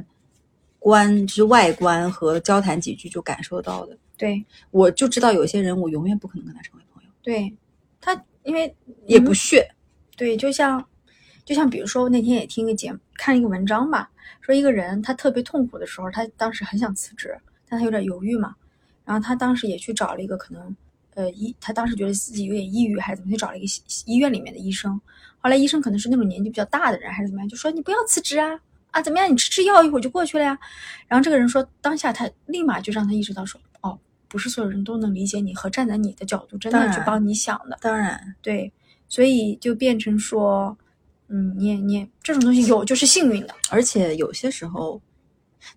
[SPEAKER 3] 观，就是外观和交谈几句就感受到的。
[SPEAKER 2] 对
[SPEAKER 3] 我就知道有些人我永远不可能跟他成为朋友，
[SPEAKER 2] 对，他因为
[SPEAKER 3] 也不
[SPEAKER 2] 嗯
[SPEAKER 3] 屑。
[SPEAKER 2] 对，就像就像比如说，我那天也听一个节目，看一个文章吧，说一个人他特别痛苦的时候，他当时很想辞职，但他有点犹豫嘛，然后他当时也去找了一个可能，呃，医，他当时觉得自己有点抑郁还是怎么，去找了一个西医院里面的医生，后来医生可能是那种年纪比较大的人还是怎么样，就说你不要辞职啊。啊，怎么样？你吃吃药，一会儿就过去了呀。然后这个人说，当下他立马就让他意识到说，哦，不是所有人都能理解你和站在你的角度，真
[SPEAKER 3] 当
[SPEAKER 2] 的去
[SPEAKER 3] 然
[SPEAKER 2] 帮你想的。
[SPEAKER 3] 当然，
[SPEAKER 2] 对，所以就变成说，嗯，你也你也这种东西有就是幸运的，
[SPEAKER 3] 而且有些时候，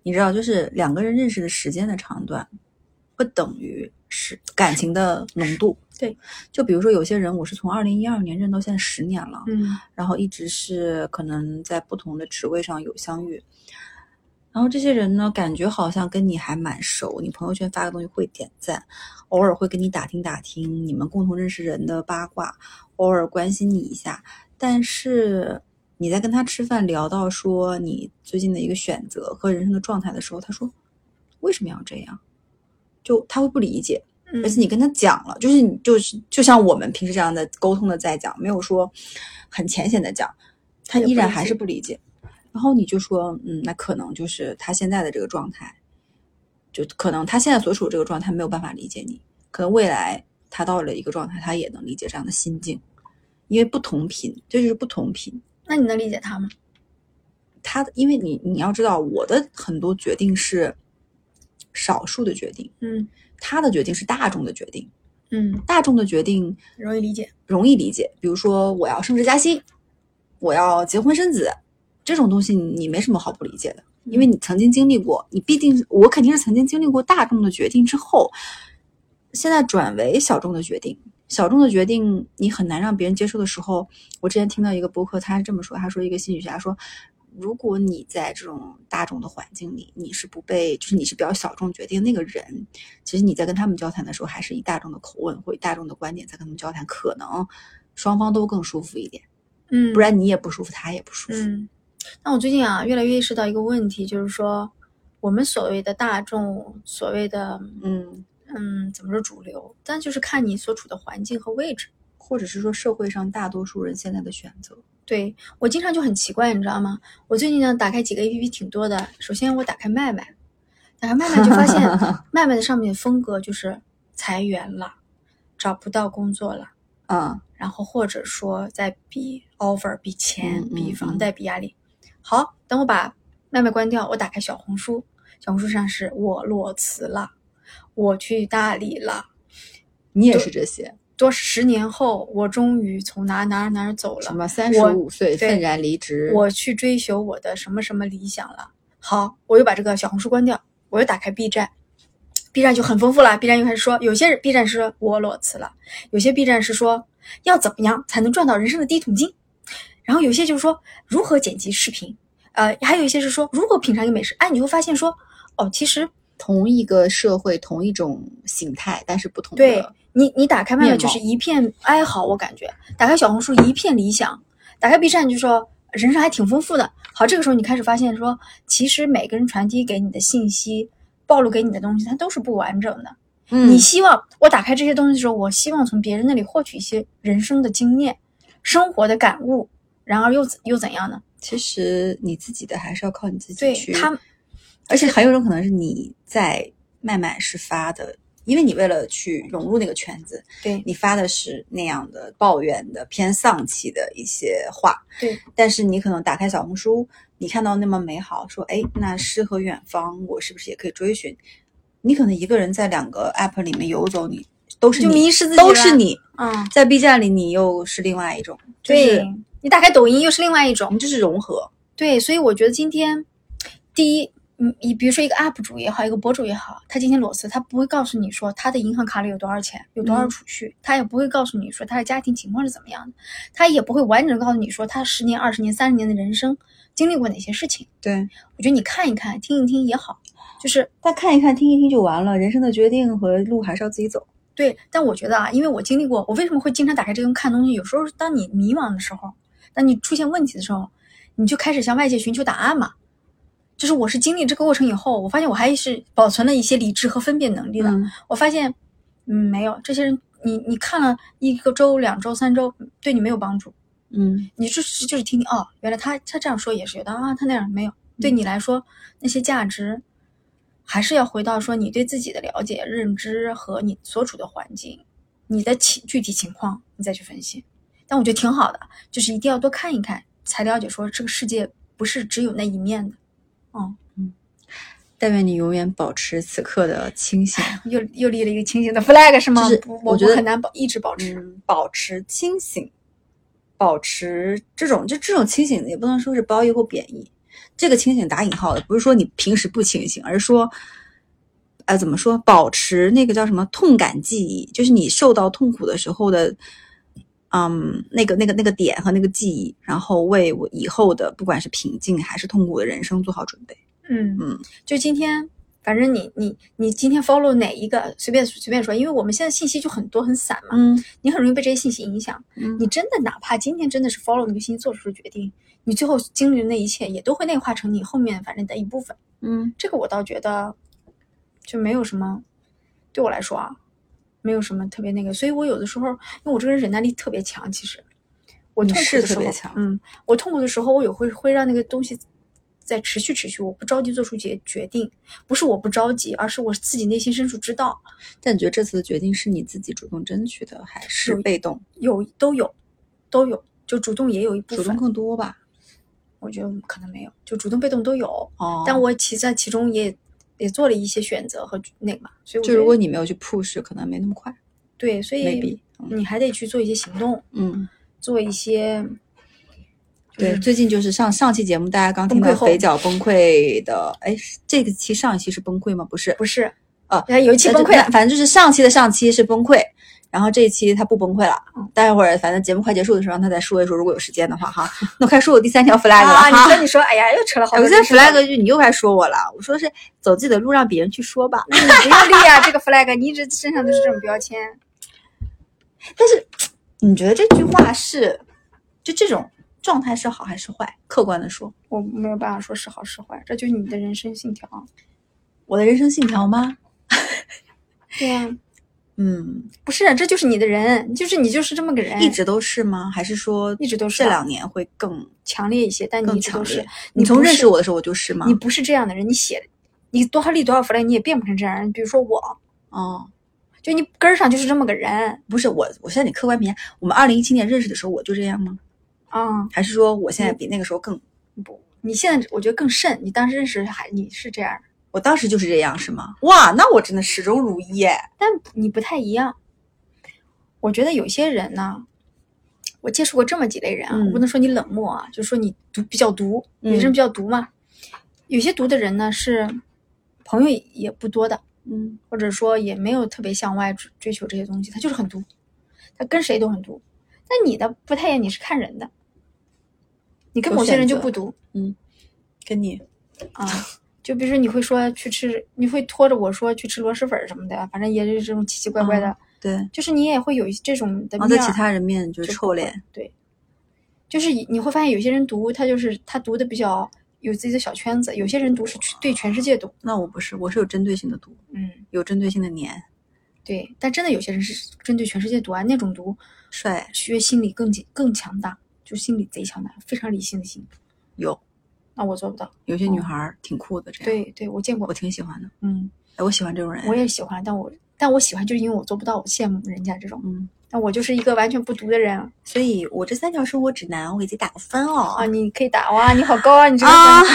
[SPEAKER 3] 你知道，就是两个人认识的时间的长短，不等于是感情的浓度。
[SPEAKER 2] 对，
[SPEAKER 3] 就比如说有些人，我是从二零一二年认到现在十年了，
[SPEAKER 2] 嗯，
[SPEAKER 3] 然后一直是可能在不同的职位上有相遇。然后这些人呢，感觉好像跟你还蛮熟，你朋友圈发个东西会点赞，偶尔会跟你打听打听你们共同认识人的八卦，偶尔关心你一下。但是你在跟他吃饭聊到说你最近的一个选择和人生的状态的时候，他说为什么要这样？就他会不理解，
[SPEAKER 2] 嗯
[SPEAKER 3] 而且你跟他讲了，就是你就是就像我们平时这样的沟通的在讲，没有说很浅显的讲，他
[SPEAKER 2] 也
[SPEAKER 3] 依
[SPEAKER 2] 不
[SPEAKER 3] 然
[SPEAKER 2] 理
[SPEAKER 3] 还
[SPEAKER 2] 解
[SPEAKER 3] 是不理解。然后你就说，嗯，那可能就是他现在的这个状态，就可能他现在所处的这个状态没有办法理解你，可能未来他到了一个状态，他也能理解这样的心境，因为不同频，这就是不同频。
[SPEAKER 2] 那你能理解他吗？
[SPEAKER 3] 他因为你你要知道，我的很多决定是少数的决定，
[SPEAKER 2] 嗯
[SPEAKER 3] 他的决定是大众的决定，
[SPEAKER 2] 嗯，
[SPEAKER 3] 大众的决定
[SPEAKER 2] 容易理解，
[SPEAKER 3] 容易理解。比如说，我要升职加薪，我要结婚生子，这种东西你没什么好不理解的，因为你曾经经历过，你必定是我肯定是曾经经历过大众的决定之后，现在转为小众的决定。小众的决定你很难让别人接受的时候，我之前听到一个播客，他是这么说，他说一个心理学家说。如果你在这种大众的环境里，你是不被，就是你是比较小众决定那个人，其实你在跟他们交谈的时候，还是以大众的口吻或以大众的观点在跟他们交谈，可能双方都更舒服一点，
[SPEAKER 2] 嗯
[SPEAKER 3] 不然你也不舒服，他也不舒服。
[SPEAKER 2] 嗯，那我最近啊，越来越意识到一个问题，就是说我们所谓的大众，所谓的
[SPEAKER 3] 嗯，
[SPEAKER 2] 嗯，怎么说主流，但就是看你所处的环境和位置。
[SPEAKER 3] 或者是说社会上大多数人现在的选择，
[SPEAKER 2] 对我经常就很奇怪，你知道吗？我最近呢打开几个 A P P 挺多的。首先我打开麦麦，打开麦麦就发
[SPEAKER 3] <laughs>
[SPEAKER 2] 现麦麦的上面的风格就是裁员了，找不到工作了，
[SPEAKER 3] 嗯，
[SPEAKER 2] 然后或者说在比 offer、比钱
[SPEAKER 3] 嗯、嗯
[SPEAKER 2] 比房
[SPEAKER 3] 嗯
[SPEAKER 2] 贷、比压力。好，等我把麦麦关掉，我打开小红书，小红书上是我裸辞了，我去大理了。
[SPEAKER 3] 你也是这些，
[SPEAKER 2] 多十年后，我终于从哪儿哪儿哪儿走了。
[SPEAKER 3] 什么三十五岁
[SPEAKER 2] 对
[SPEAKER 3] 愤然离职，
[SPEAKER 2] 我去追求我的什么什么理想了。好，我又把这个小红书关掉，我又打开 B 站，B 站就很丰富了。B 站又开始说，有些人 B 站是说我裸辞了，有些 B 站是说要怎么样才能赚到人生的第一桶金，然后有些就是说如何剪辑视频，呃，还有一些是说如何品尝一个美食。哎，你会发现说，哦，其实
[SPEAKER 3] 同一个社会同一种形态，但是不同的
[SPEAKER 2] 对你，你打开麦麦
[SPEAKER 3] 面
[SPEAKER 2] 就是
[SPEAKER 3] 貌
[SPEAKER 2] 一片哀嚎，我感觉；打开小红书一片理想，打开 B 站就说人生还挺丰富的。好，这个时候你开始发现说，其实每个人传递给你的信息，暴露给你的东西，它都是不完整的。
[SPEAKER 3] 嗯
[SPEAKER 2] 你，希望我打开这些东西的时候，我希望从别人那里获取一些人生的经验、生活的感悟，然而又怎又怎样呢？
[SPEAKER 3] 其实你自己的还是要靠你自己
[SPEAKER 2] 对
[SPEAKER 3] 去。
[SPEAKER 2] 他，
[SPEAKER 3] 而且还有一种可能是你在麦麦是发的因为你为了去融入那个圈子，
[SPEAKER 2] 对
[SPEAKER 3] 你发的是那样的抱怨的、偏丧气的一些话，
[SPEAKER 2] 对，
[SPEAKER 3] 但是你可能打开小红书，你看到那么美好，说哎，那诗和远方，我是不是也可以追寻？你可能一个人在两个 app 里面游走，你都是
[SPEAKER 2] 就
[SPEAKER 3] 你，
[SPEAKER 2] 迷失自己
[SPEAKER 3] 都是
[SPEAKER 2] 了
[SPEAKER 3] 你
[SPEAKER 2] 嗯，
[SPEAKER 3] 在 B 站里，你又是另外一种，就是
[SPEAKER 2] 对你打开抖音又是另外一种
[SPEAKER 3] 我，们就是融合，
[SPEAKER 2] 对，所以我觉得今天，第一，嗯，你比如说一个 UP 主也好，一个博主也好，他今天裸辞，他不会告诉你说他的银行卡里有多少钱，有多少
[SPEAKER 3] 嗯
[SPEAKER 2] 储蓄，他也不会告诉你说他的家庭情况是怎么样的，他也不会完整的告诉你说他十年、二十年、三十年的人生经历过哪些事情。
[SPEAKER 3] 对。
[SPEAKER 2] 我觉得你看一看、听一听也好，就是
[SPEAKER 3] 但看一看、听一听就完了，人生的决定和路还是要自己走。
[SPEAKER 2] 对。但我觉得啊，因为我经历过，我为什么会经常打开这个看东西？有时候当你迷茫的时候，当你出现问题的时候，你就开始向外界寻求答案嘛。就是我是经历这个过程以后，我发现我还是保存了一些理智和分辨能力的。
[SPEAKER 3] 嗯
[SPEAKER 2] 我发现，嗯，没有这些人，你你看了一个周、两周、三周，对你没有帮助。
[SPEAKER 3] 嗯，
[SPEAKER 2] 你就是就是听听哦，原来他他这样说也是有的啊，他那样没有。对
[SPEAKER 3] 嗯
[SPEAKER 2] 你来说，那些价值还是要回到说你对自己的了解、认知和你所处的环境、你的情具体情况，你再去分析。但我觉得挺好的，就是一定要多看一看，才了解说这个世界不是只有那一面的。
[SPEAKER 3] 但愿你永远保持此刻的清醒。
[SPEAKER 2] 又又立了一个清醒的 flag 是吗？
[SPEAKER 3] 就是
[SPEAKER 2] 不
[SPEAKER 3] 我觉得
[SPEAKER 2] 很难保一直保持。
[SPEAKER 3] <laughs> 嗯，保持清醒，保持这种就这种清醒也不能说是褒义或贬义，这个清醒打引号的，不是说你平时不清醒，而是说，呃，怎么说，保持那个叫什么痛感记忆，就是你受到痛苦的时候的。嗯，那个、那个、那个点和那个记忆，然后为我以后的不管是平静还是痛苦的人生做好准备。
[SPEAKER 2] 嗯
[SPEAKER 3] 嗯，
[SPEAKER 2] 就今天，反正你你你今天 follow 哪一个，随便随便说，因为我们现在信息就很多很散嘛，
[SPEAKER 3] 嗯，
[SPEAKER 2] 你很容易被这些信息影响。
[SPEAKER 3] 你
[SPEAKER 2] 你真的哪怕今天真的是 follow 那个信息做出的决定，你最后经历的那一切也都会内化成你后面反正的一部分。
[SPEAKER 3] 嗯，
[SPEAKER 2] 这个我倒觉得就没有什么，对我来说啊，没有什么特别那个。所以我有的时候，因为我这个人忍耐力特别强，其实我
[SPEAKER 3] 你
[SPEAKER 2] 痛苦
[SPEAKER 3] 是
[SPEAKER 2] 的时
[SPEAKER 3] 特
[SPEAKER 2] 候
[SPEAKER 3] 别强，
[SPEAKER 2] 嗯，我痛苦的时候，我也会会让那个东西在持续持续，我不着急做出决决定，不是我不着急，而是我自己内心深处知道
[SPEAKER 3] 但你觉得这次的决定是你自己主动争取的，还是
[SPEAKER 2] 有一
[SPEAKER 3] 被动？
[SPEAKER 2] 有都有都有，就主动也有一部
[SPEAKER 3] 主
[SPEAKER 2] 分，
[SPEAKER 3] 动更多吧？
[SPEAKER 2] 我觉得可能没有，就主动被动都有。
[SPEAKER 3] 哦
[SPEAKER 2] 但我其在其中也也做了一些选择和那个嘛，所以我
[SPEAKER 3] 就
[SPEAKER 2] 觉
[SPEAKER 3] 如
[SPEAKER 2] 得
[SPEAKER 3] 果你没有去 push，可能没那么快
[SPEAKER 2] 对，所
[SPEAKER 3] ，maybe
[SPEAKER 2] 以。
[SPEAKER 3] 嗯
[SPEAKER 2] 你还得去做一些行动，
[SPEAKER 3] 嗯，
[SPEAKER 2] 做一些
[SPEAKER 3] 对，最近就是上上期节目，大家刚
[SPEAKER 2] 崩
[SPEAKER 3] 听
[SPEAKER 2] 溃
[SPEAKER 3] 到
[SPEAKER 2] 后
[SPEAKER 3] 肥脚崩溃的，哎，是这个期上一期是崩溃吗？不是，
[SPEAKER 2] 不是
[SPEAKER 3] 啊
[SPEAKER 2] 然后有一期
[SPEAKER 3] 那
[SPEAKER 2] 崩
[SPEAKER 3] 就
[SPEAKER 2] 溃
[SPEAKER 3] 那
[SPEAKER 2] 了，
[SPEAKER 3] 反正就是上期的上期是崩溃，然后这一期他不崩溃了。
[SPEAKER 2] 嗯
[SPEAKER 3] 待会儿反正节目快结束的时候，让他再说一说，如果有时间的话哈。那我开始说我第三条 flag 了
[SPEAKER 2] 啊！你
[SPEAKER 3] 哈
[SPEAKER 2] 说。你说，哎呀，又扯了好
[SPEAKER 3] 哎
[SPEAKER 2] 多
[SPEAKER 3] 我
[SPEAKER 2] 人
[SPEAKER 3] 现
[SPEAKER 2] 生。
[SPEAKER 3] 在 flag 就你又该说我了，我说是走自己的路，让别人去说吧。
[SPEAKER 2] 嗯，你不要立
[SPEAKER 3] <laughs>
[SPEAKER 2] 啊，这个 flag，你一直身上都是这种标签。
[SPEAKER 3] 但是你觉得这句话是，就这种状态是好还是坏？客观的说，
[SPEAKER 2] 我没有办法说是好是坏，这就是你的人生信条。
[SPEAKER 3] 我的人生信条吗？
[SPEAKER 2] 对呀、
[SPEAKER 3] 啊嗯，
[SPEAKER 2] 不是啊，这就是你的人，就是你就是这么个人，
[SPEAKER 3] 一直都是吗？还是说
[SPEAKER 2] 哎一直都是
[SPEAKER 3] 这
[SPEAKER 2] 啊
[SPEAKER 3] 两年会更
[SPEAKER 2] 强烈一些，但你
[SPEAKER 3] 更
[SPEAKER 2] 一直
[SPEAKER 3] 强
[SPEAKER 2] 都是
[SPEAKER 3] 烈？你从
[SPEAKER 2] 不
[SPEAKER 3] 认
[SPEAKER 2] 是
[SPEAKER 3] 识我的时候我就是吗
[SPEAKER 2] 你？不是这样的人，你写你多少立多少 flag，你也变不成这样。比如说我，
[SPEAKER 3] 哦，
[SPEAKER 2] 就你根儿上就是这么个人
[SPEAKER 3] 不是我，我现在你客观评价，我们二零一七年认识的时候我就这样吗？
[SPEAKER 2] 啊、
[SPEAKER 3] 还是说我现在比那个时候更？
[SPEAKER 2] 不，你现在我觉得更甚，你当时认识还你是这样的，
[SPEAKER 3] 我当时就是这样是吗？哇，那我真的始终如一哎。
[SPEAKER 2] 但你不太一样。我觉得有些人呢，我接触过这么几类人啊，
[SPEAKER 3] 嗯
[SPEAKER 2] 我不能说你冷漠啊，就说你毒比较毒，有些人
[SPEAKER 3] 嗯
[SPEAKER 2] 比较毒嘛。有些毒的人呢是朋友也不多的，
[SPEAKER 3] 嗯
[SPEAKER 2] 或者说也没有特别向外追追求这些东西，他就是很毒，他跟谁都很毒。但你的不太一样，你是看人的，你跟
[SPEAKER 3] 有
[SPEAKER 2] 某些人
[SPEAKER 3] 选择
[SPEAKER 2] 就不毒
[SPEAKER 3] 嗯，跟你
[SPEAKER 2] 啊。就比如说你会说去吃，你会拖着我说去吃螺蛳粉儿什么的，反正也是这种奇奇怪怪的，
[SPEAKER 3] 对，
[SPEAKER 2] 就是你也会有一这种的
[SPEAKER 3] 然后
[SPEAKER 2] 面
[SPEAKER 3] 在
[SPEAKER 2] 儿。
[SPEAKER 3] 啊哦其他人面就是
[SPEAKER 2] 就
[SPEAKER 3] 臭脸。
[SPEAKER 2] 对，就是你你会发现有些人毒，他就是他毒的比较有自己的小圈子，有些人毒是去对全世界毒。
[SPEAKER 3] 那我不是，我是有针对性的毒，
[SPEAKER 2] 嗯，
[SPEAKER 3] 有针对性的黏，
[SPEAKER 2] 对。但真的有些人是针对全世界毒啊，那种毒
[SPEAKER 3] 帅
[SPEAKER 2] 学心理更紧更强大，就心理贼强大，非常理性的心。
[SPEAKER 3] 有。
[SPEAKER 2] 那我做不到。
[SPEAKER 3] 有些女孩儿挺酷的，这样
[SPEAKER 2] 哦对对，我见过
[SPEAKER 3] 嗯我。挺喜欢的。
[SPEAKER 2] 嗯，
[SPEAKER 3] 哎，我喜欢这种人。
[SPEAKER 2] 我也喜欢，但我但我喜欢就是因为我做不到，我羡慕人家这种。
[SPEAKER 3] 嗯，
[SPEAKER 2] 但我就是一个完全不读的人
[SPEAKER 3] 所以我这三条生活指南，我给自己打个分哦。
[SPEAKER 2] 啊！你可以打哇，你好高啊！你这个
[SPEAKER 3] 啊
[SPEAKER 2] 分、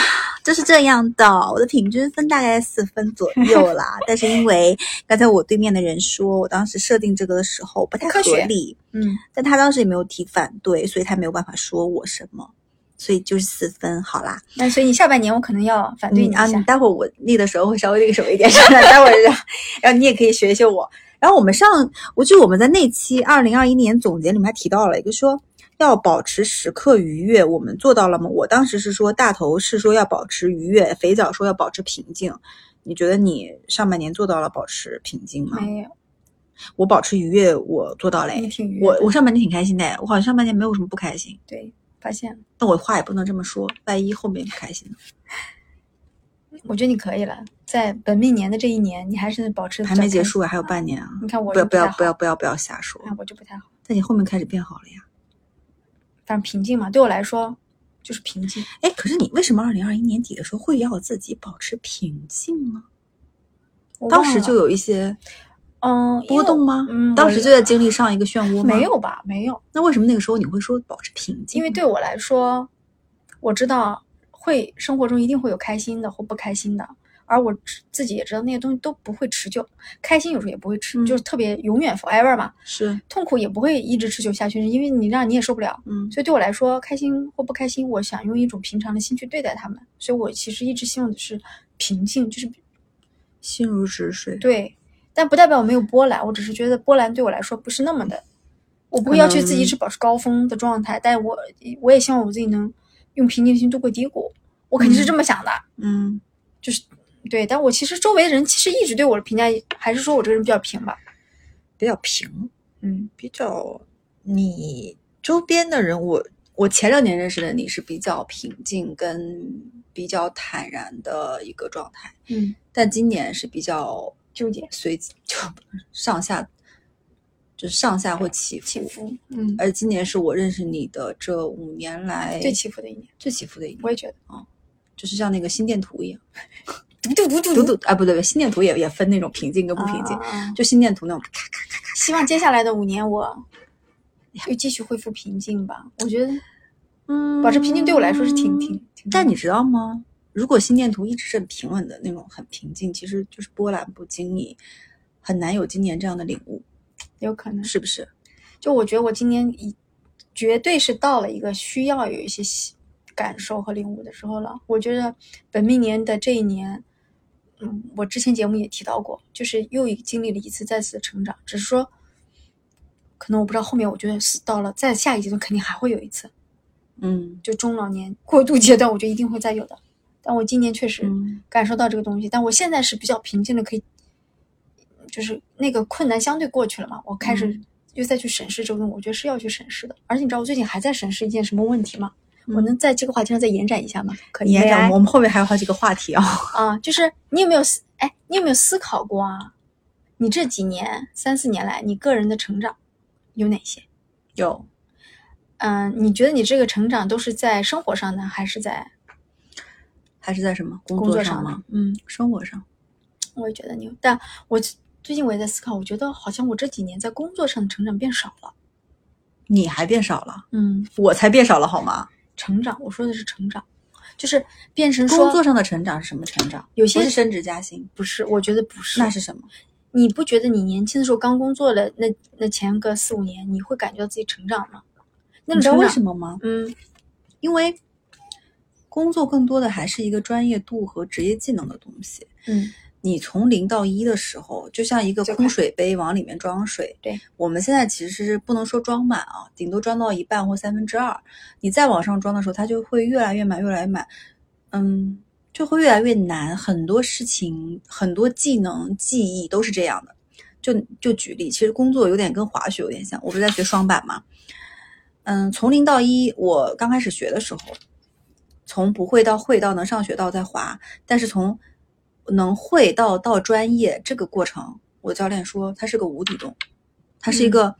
[SPEAKER 3] 就是这样的，我的平均分大概四分左
[SPEAKER 2] <laughs>
[SPEAKER 3] 右啦。但是因为刚才我对面的人说，我当时设定这个的时候不太
[SPEAKER 2] 不科
[SPEAKER 3] 合
[SPEAKER 2] 学
[SPEAKER 3] 理，
[SPEAKER 2] 嗯，
[SPEAKER 3] 但他当时也没有提反对，所以他没有办法说我什么，所以就是四分好啦。
[SPEAKER 2] 那所以你下半年我可能要反对
[SPEAKER 3] 对
[SPEAKER 2] 你一
[SPEAKER 3] 啊，
[SPEAKER 2] 下。
[SPEAKER 3] 你待会儿我立的时候会稍微那个什么一点， <laughs> 待会儿让，然后你也可以学学我。然后我们上，我记得我们在那期二零二一年总结里面还提到了一个说要保持时刻愉悦，我们做到了吗？我当时是说大头是说要保持愉悦，肥皂说要保持平静。你觉得你上半年做到了保持平静吗？
[SPEAKER 2] 没嗯有，
[SPEAKER 3] 我保持愉悦，我做到了
[SPEAKER 2] 你
[SPEAKER 3] 诶。
[SPEAKER 2] 挺愉悦
[SPEAKER 3] 我
[SPEAKER 2] 的
[SPEAKER 3] 我上半年挺开心的诶，我好像上半年没有什么不开心，
[SPEAKER 2] 对发现了，
[SPEAKER 3] 但我话也不能这么说，万一后面不开心呢？
[SPEAKER 2] 我觉得你可以了。在本命年的这一年，你还是保持得比
[SPEAKER 3] 还
[SPEAKER 2] 较
[SPEAKER 3] 没
[SPEAKER 2] 嗯
[SPEAKER 3] 结
[SPEAKER 2] 开
[SPEAKER 3] 束啊，还有半年啊。
[SPEAKER 2] 你看我
[SPEAKER 3] 不要
[SPEAKER 2] 就
[SPEAKER 3] 不要
[SPEAKER 2] 太
[SPEAKER 3] 不要
[SPEAKER 2] 好，啊嗯
[SPEAKER 3] 不要不要瞎说。
[SPEAKER 2] 那我就不太好。
[SPEAKER 3] 但你后面开始变好了呀。
[SPEAKER 2] 反正平静嘛，对我来说就是平静。
[SPEAKER 3] 哎，可是你为什么二零二一年底的时候会要自己保持平静呢？
[SPEAKER 2] 我
[SPEAKER 3] 当
[SPEAKER 2] 忘
[SPEAKER 3] 时
[SPEAKER 2] 了
[SPEAKER 3] 就有一些
[SPEAKER 2] 嗯因
[SPEAKER 3] 波
[SPEAKER 2] 为
[SPEAKER 3] 动吗？
[SPEAKER 2] 嗯，
[SPEAKER 3] 当
[SPEAKER 2] 我
[SPEAKER 3] 时就在经历上一个漩涡吗？嗯
[SPEAKER 2] 没。有吧？没有，
[SPEAKER 3] 那为什么那个时候你会说保持平静？
[SPEAKER 2] 因为对我来说，我知道会生活中一定会有开心的或不开心的，而我知自己也知道那些东西都不会持久，开心有时候也不会持，
[SPEAKER 3] 嗯
[SPEAKER 2] 就是特别永远 forever 嘛，
[SPEAKER 3] 是
[SPEAKER 2] 痛苦也不会一直持久下去，因为你让你也受不了。
[SPEAKER 3] 嗯
[SPEAKER 2] 所以对我来说，开心或不开心，我想用一种平常的心去对待他们。所以我其实一直希望的是平静，就是
[SPEAKER 3] 心如止水。
[SPEAKER 2] 对，但不代表我没有波澜，我只是觉得波澜对我来说不是那么的，我不会要求自己一直保持高峰的状态，但我我也希望我自己能用平静心度过低谷，我肯定是这么想的，
[SPEAKER 3] 嗯，
[SPEAKER 2] 就是对，但我其实周围的人其实一直对我的评价还是说我这个人比较平吧，
[SPEAKER 3] 比较平，
[SPEAKER 2] 嗯，
[SPEAKER 3] 比较你周边的人，我我前两年认识的你是比较平静跟比较坦然的一个状态，
[SPEAKER 2] 嗯，
[SPEAKER 3] 但今年是比较
[SPEAKER 2] 纠结
[SPEAKER 3] 随机就上下，就是上下会起伏。
[SPEAKER 2] 起伏，嗯，
[SPEAKER 3] 而今年是我认识你的这五年来
[SPEAKER 2] 最起伏的一年，
[SPEAKER 3] 最起伏的一年
[SPEAKER 2] 我，也觉得，
[SPEAKER 3] 就是像那个心电图一
[SPEAKER 2] <laughs>
[SPEAKER 3] 样，
[SPEAKER 2] 嘟嘟嘟
[SPEAKER 3] 读读啊，不对不对，心电图也也分那种平静跟不平静，
[SPEAKER 2] 啊啊啊
[SPEAKER 3] 就心电图那种咔咔咔咔。
[SPEAKER 2] 希望接下来的五年我又继续恢复平静吧，我觉得
[SPEAKER 3] 嗯
[SPEAKER 2] 保持平静对我来说是挺挺。挺
[SPEAKER 3] 但你知道吗？如果心电图一直是很平稳的那种，很平静，其实就是波澜不惊，你很难有今年这样的领悟，
[SPEAKER 2] 有可能
[SPEAKER 3] 是不是？
[SPEAKER 2] 就我觉得我今年已绝对是到了一个需要有一些喜感受和领悟的时候了。我觉得本命年的这一年，嗯，我之前节目也提到过，就是又一经历了一次再次的成长，只是说，可能我不知道后面，我觉得是到了再下一阶段肯定还会有一次，
[SPEAKER 3] 嗯
[SPEAKER 2] 就中老年过渡阶段，我觉得一定会再有的。但我今年确实
[SPEAKER 3] 嗯
[SPEAKER 2] 感受到这个东西，但我现在是比较平静的，可以，就是那个困难相对过去了嘛，我开始
[SPEAKER 3] 嗯
[SPEAKER 2] 又再去审视这个东西，我觉得是要去审视的。而且你知道我最近还在审视一件什么问题吗？我
[SPEAKER 3] 嗯
[SPEAKER 2] 能在这个话题上再延展一下吗？可以
[SPEAKER 3] 你还讲，
[SPEAKER 2] 吗
[SPEAKER 3] 我？们后面还有好几个话题啊、
[SPEAKER 2] 啊，就是你有没有思，哎，你有没有思考过啊？你这几年三四年来，你个人的成长有哪些？
[SPEAKER 3] 有，
[SPEAKER 2] 嗯，你觉得你这个成长都是在生活上呢，还是在
[SPEAKER 3] 还是在什么工
[SPEAKER 2] 工
[SPEAKER 3] 作
[SPEAKER 2] 作
[SPEAKER 3] 上
[SPEAKER 2] 上呢
[SPEAKER 3] 吗？？嗯，生活上。
[SPEAKER 2] 我也觉得你有，但我最近我也在思考，我觉得好像我这几年在工作上的成长变少了。
[SPEAKER 3] 你还变少了，
[SPEAKER 2] 嗯，
[SPEAKER 3] 我才变少了好吗？
[SPEAKER 2] 成长，我说的是成长，就是变成说
[SPEAKER 3] 工作上的成长是什么成长？
[SPEAKER 2] 有些
[SPEAKER 3] 不是升职加薪，
[SPEAKER 2] 不是，我觉得不是。
[SPEAKER 3] 那是什么？
[SPEAKER 2] 你不觉得你年轻的时候刚工作的那那前个四五年，你会感觉到自己成长吗？那种
[SPEAKER 3] 你知道
[SPEAKER 2] 成
[SPEAKER 3] 为
[SPEAKER 2] 长，
[SPEAKER 3] 什么吗？
[SPEAKER 2] 嗯
[SPEAKER 3] 因为工作更多的还是一个专业度和职业技能的东西。
[SPEAKER 2] 嗯，
[SPEAKER 3] 你从零到一的时候，就像一个
[SPEAKER 2] 就
[SPEAKER 3] 空
[SPEAKER 2] 看
[SPEAKER 3] 水杯往里面装水。
[SPEAKER 2] 对，
[SPEAKER 3] 我们现在其实是不能说装满啊，顶多装到一半或三分之二。你再往上装的时候，它就会越来越满，越来越满。嗯，就会越来越难。很多事情、很多技能、技艺都是这样的。就就举例，其实工作有点跟滑雪有点像。我不是在学双板嘛，嗯，从零到一，我刚开始学的时候，从不会到会到能上学到再滑，但是从能会到到专业这个过程，我教练说它是个无底洞，它是一
[SPEAKER 2] 嗯
[SPEAKER 3] 个、